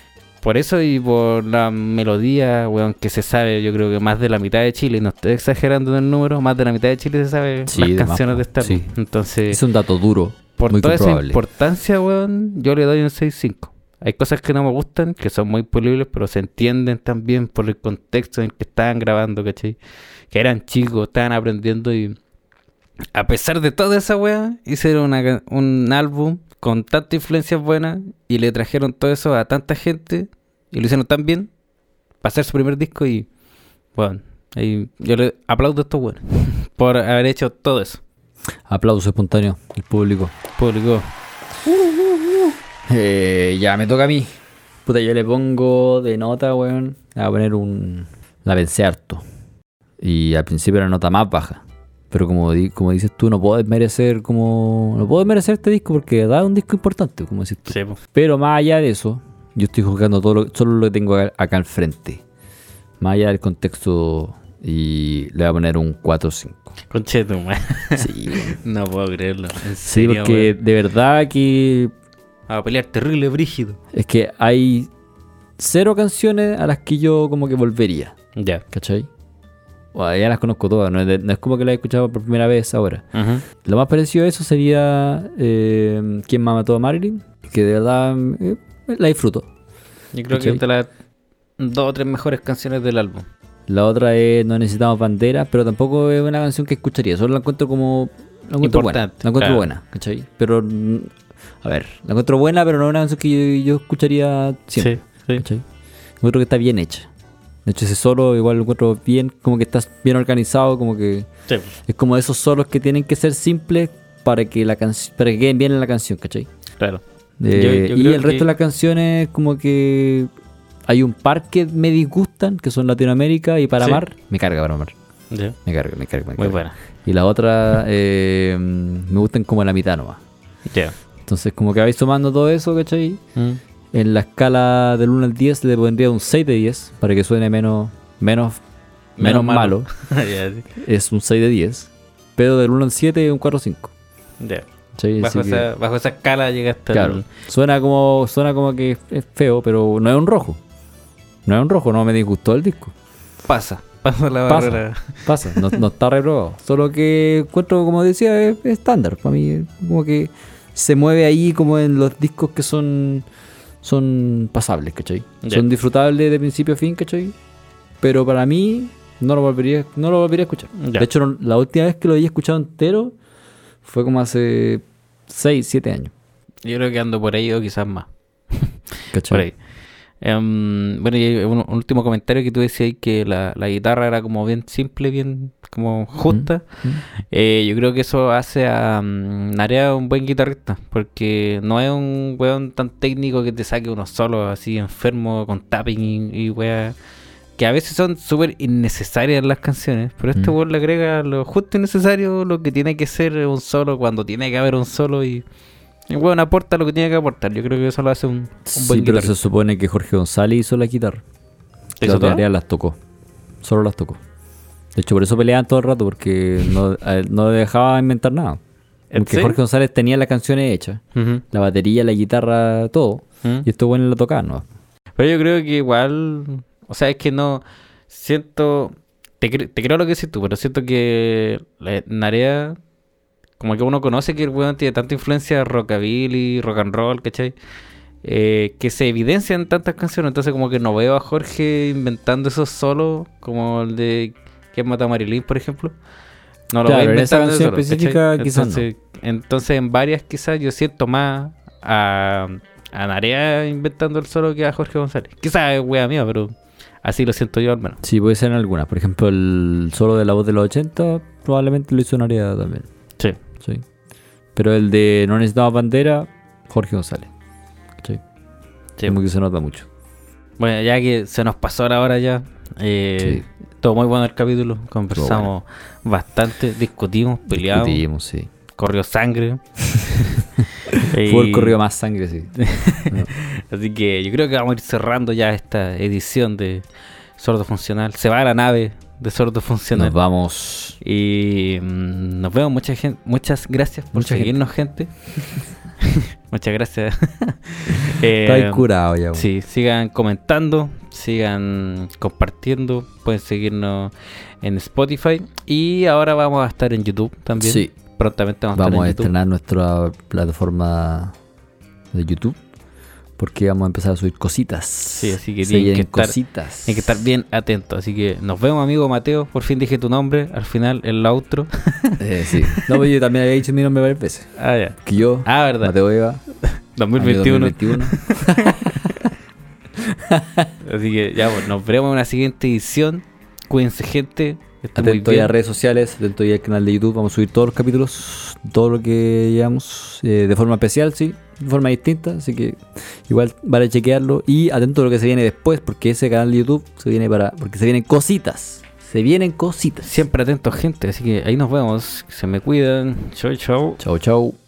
por eso y por la melodía, weón, que se sabe, yo creo que más de la mitad de Chile, y no estoy exagerando en el número, más de la mitad de Chile se sabe Sí, de las más, canciones po. de esta. Sí. Entonces, Es un dato duro. por muy toda esa comprobable. importancia, weón, yo le doy un 6.5. Hay cosas que no me gustan, que son muy polibles, pero se entienden también por el contexto en el que estaban grabando, ¿cachai? Que eran chicos, estaban aprendiendo y... A pesar de toda esa weá, hicieron una ca- un álbum con tantas influencias buenas y le trajeron todo eso a tanta gente y lo hicieron tan bien para hacer su primer disco y... Bueno, ahí yo le aplaudo a estos weones *laughs* por haber hecho todo eso. Aplauso espontáneo del público. Público. Eh, ya me toca a mí. Puta, yo le pongo de nota, weón. le Voy a poner un. La pensé harto. Y al principio era nota más baja. Pero como, di- como dices tú, no puedo desmerecer como. No puedo desmerecer este disco porque da un disco importante, como decís tú. Sí, po. Pero más allá de eso, yo estoy juzgando todo lo, solo lo que tengo acá, acá al frente. Más allá del contexto. Y le voy a poner un 4-5. Conche tu madre. Sí, weón. *laughs* No puedo creerlo. En sí, serio, porque weón. de verdad que A pelear terrible, brígido. Es que hay cero canciones a las que yo como que volvería, Ya. ¿cachai? O ya las conozco todas, no es, de- no es como que las he escuchado por primera vez ahora. Lo más parecido a eso sería eh, ¿Quién mama todo a Marilyn? Que de verdad eh, la disfruto. Yo creo que ¿Cachai? es de las dos o tres mejores canciones del álbum. La otra es No necesitamos banderas, pero tampoco es una canción que escucharía, solo la encuentro como... La encuentro buena, Importante, la encuentro claro. buena, ¿cachai? Pero... mm, A ver, la encuentro buena, pero no es una canción que yo, yo escucharía siempre. sí. ¿cachai? Encuentro que está bien hecha. De hecho, ese solo igual lo encuentro bien, como que estás bien organizado, como que Sí, es como esos solos que tienen que ser simples para que la canc- para que queden bien en la canción, ¿cachai? claro. Eh, Yo- yo y creo el que- resto de las canciones como que hay un par que me disgustan, que son Latinoamérica y Para Sí. Mar. Me carga Para Mar. Ya. Me carga, me carga, me Muy carga. buena. Y la otra eh, me gustan como la mitad nomás. Ya. Entonces como que vais sumando todo eso, ¿cachai? Mm. En la escala del 1 al 10 le pondría un 6 de 10 para que suene menos, menos, menos, malo. *laughs* ya, sí. Es un 6 de 10. Pero del 1 al 7 es un 4 o 5. Ya. ¿cachai? Bajo, Así que, esa, bajo esa escala llega hasta el- claro. Suena como, suena como que es feo, pero no es un rojo. No es un rojo, no me disgustó el disco. Pasa. Pasa la Pasa. barrera. Pasa, no, no está reprobado. Solo que encuentro, como decía, es es estándar. Para mí, es como que se mueve ahí como en los discos que son, son pasables, ¿cachai? Ya. Son disfrutables de principio a fin, ¿cachai? Pero para mí, no lo volvería, no lo volvería a escuchar. Ya. De hecho, no- la última vez que lo había escuchado entero fue como hace 6, 7 años. Yo creo que ando por ahí o quizás más. ¿cachai? Por ahí. Em, bueno, y un, un último comentario que tú decías que la, la guitarra era como bien simple, bien como justa. Eh, yo creo que eso hace a mm, Narea un buen guitarrista, porque no es un weón tan técnico que te saque unos solos así enfermo con tapping y, y wea, que a veces son súper innecesarias las canciones, pero este Mm. weón le agrega lo justo y necesario, lo que tiene que ser un solo cuando tiene que haber un solo y El weón aporta lo que tiene que aportar. Yo creo que eso lo hace un, un Sí, buen pero guitarrista. se supone que Jorge González hizo la guitarra. ¿Hizo Las todas? tareas las tocó. Solo las tocó. De hecho, por eso peleaban todo el rato, porque no, a él no dejaba inventar nada. ¿En Porque serio? Jorge González tenía las canciones hechas. Ujú. La batería, la guitarra, todo. ¿Mm? Y estos buenos la tocaban, ¿no? Pero yo creo que igual, o sea, es que no siento, te, cre- te creo lo que decís tú, pero siento que la Narea, como que uno conoce que el weón tiene tanta influencia rockabilly, rock and roll, ¿cachai? Eh, que se evidencia en tantas canciones, entonces como que no veo a Jorge inventando esos solos, como el de ¿Quién mata a Marilyn, por ejemplo? No lo Claro, veo en esa inventando canción solo, ¿cachai? específica quizás no. entonces, entonces en varias quizás yo siento más a, a Narea inventando el solo que a Jorge González. Quizás es wea mía, pero así lo siento yo al menos. Sí, puede ser en algunas. Por ejemplo, el solo de la voz de los 80 probablemente lo hizo Narea también. Sí. Sí. Pero el de No necesitaba bandera, Jorge González. Sí. Sí. Como que se nota mucho. Bueno, ya que se nos pasó la hora ya, eh, todo muy bueno el capítulo, conversamos bastante, discutimos, peleamos, Discutimos, sí. corrió *laughs* sangre. Y- Fue el corrido más sangre, sí. Así que yo creo que vamos a ir cerrando ya esta edición de Sordo Funcional. Se va la nave de Sordo Funcional. Nos vamos. Y mm, nos vemos, mucha gente, muchas gracias por Mucha seguirnos, *laughs* gente. muchas gracias. Está Eh, curado ya. Sí, sigan comentando, sigan compartiendo, pueden seguirnos en Spotify y ahora vamos a estar en YouTube también. Sí. Prontamente vamos, Vamos a a estar en YouTube. estrenar nuestra plataforma de YouTube. Porque vamos a empezar a subir cositas. Sí, así que tienen que estar- cositas. Hay que estar bien atentos, así que nos vemos amigo Mateo, por fin dije tu nombre, al final el outro. *laughs* Eh, sí. No, pero yo también había dicho mi nombre varias veces. ah, ya. Que yo, Ah, verdad. Mateo Eva, año 2021. *laughs* 2021. Así que ya, pues, nos veremos en una siguiente edición. Cuídense, gente. que estén muy Atento ya bien. a redes sociales, atento ya al canal de YouTube. Vamos a subir todos los capítulos, todo lo que llevamos, eh, de forma especial, sí, de forma distinta. Así que igual vale chequearlo. Y atento a lo que se viene después, porque ese canal de YouTube se viene para. Porque se vienen cositas. Se vienen cositas. Siempre atentos, gente. Así que ahí nos vemos. Se me cuidan. Chau, chau. Chau, chau.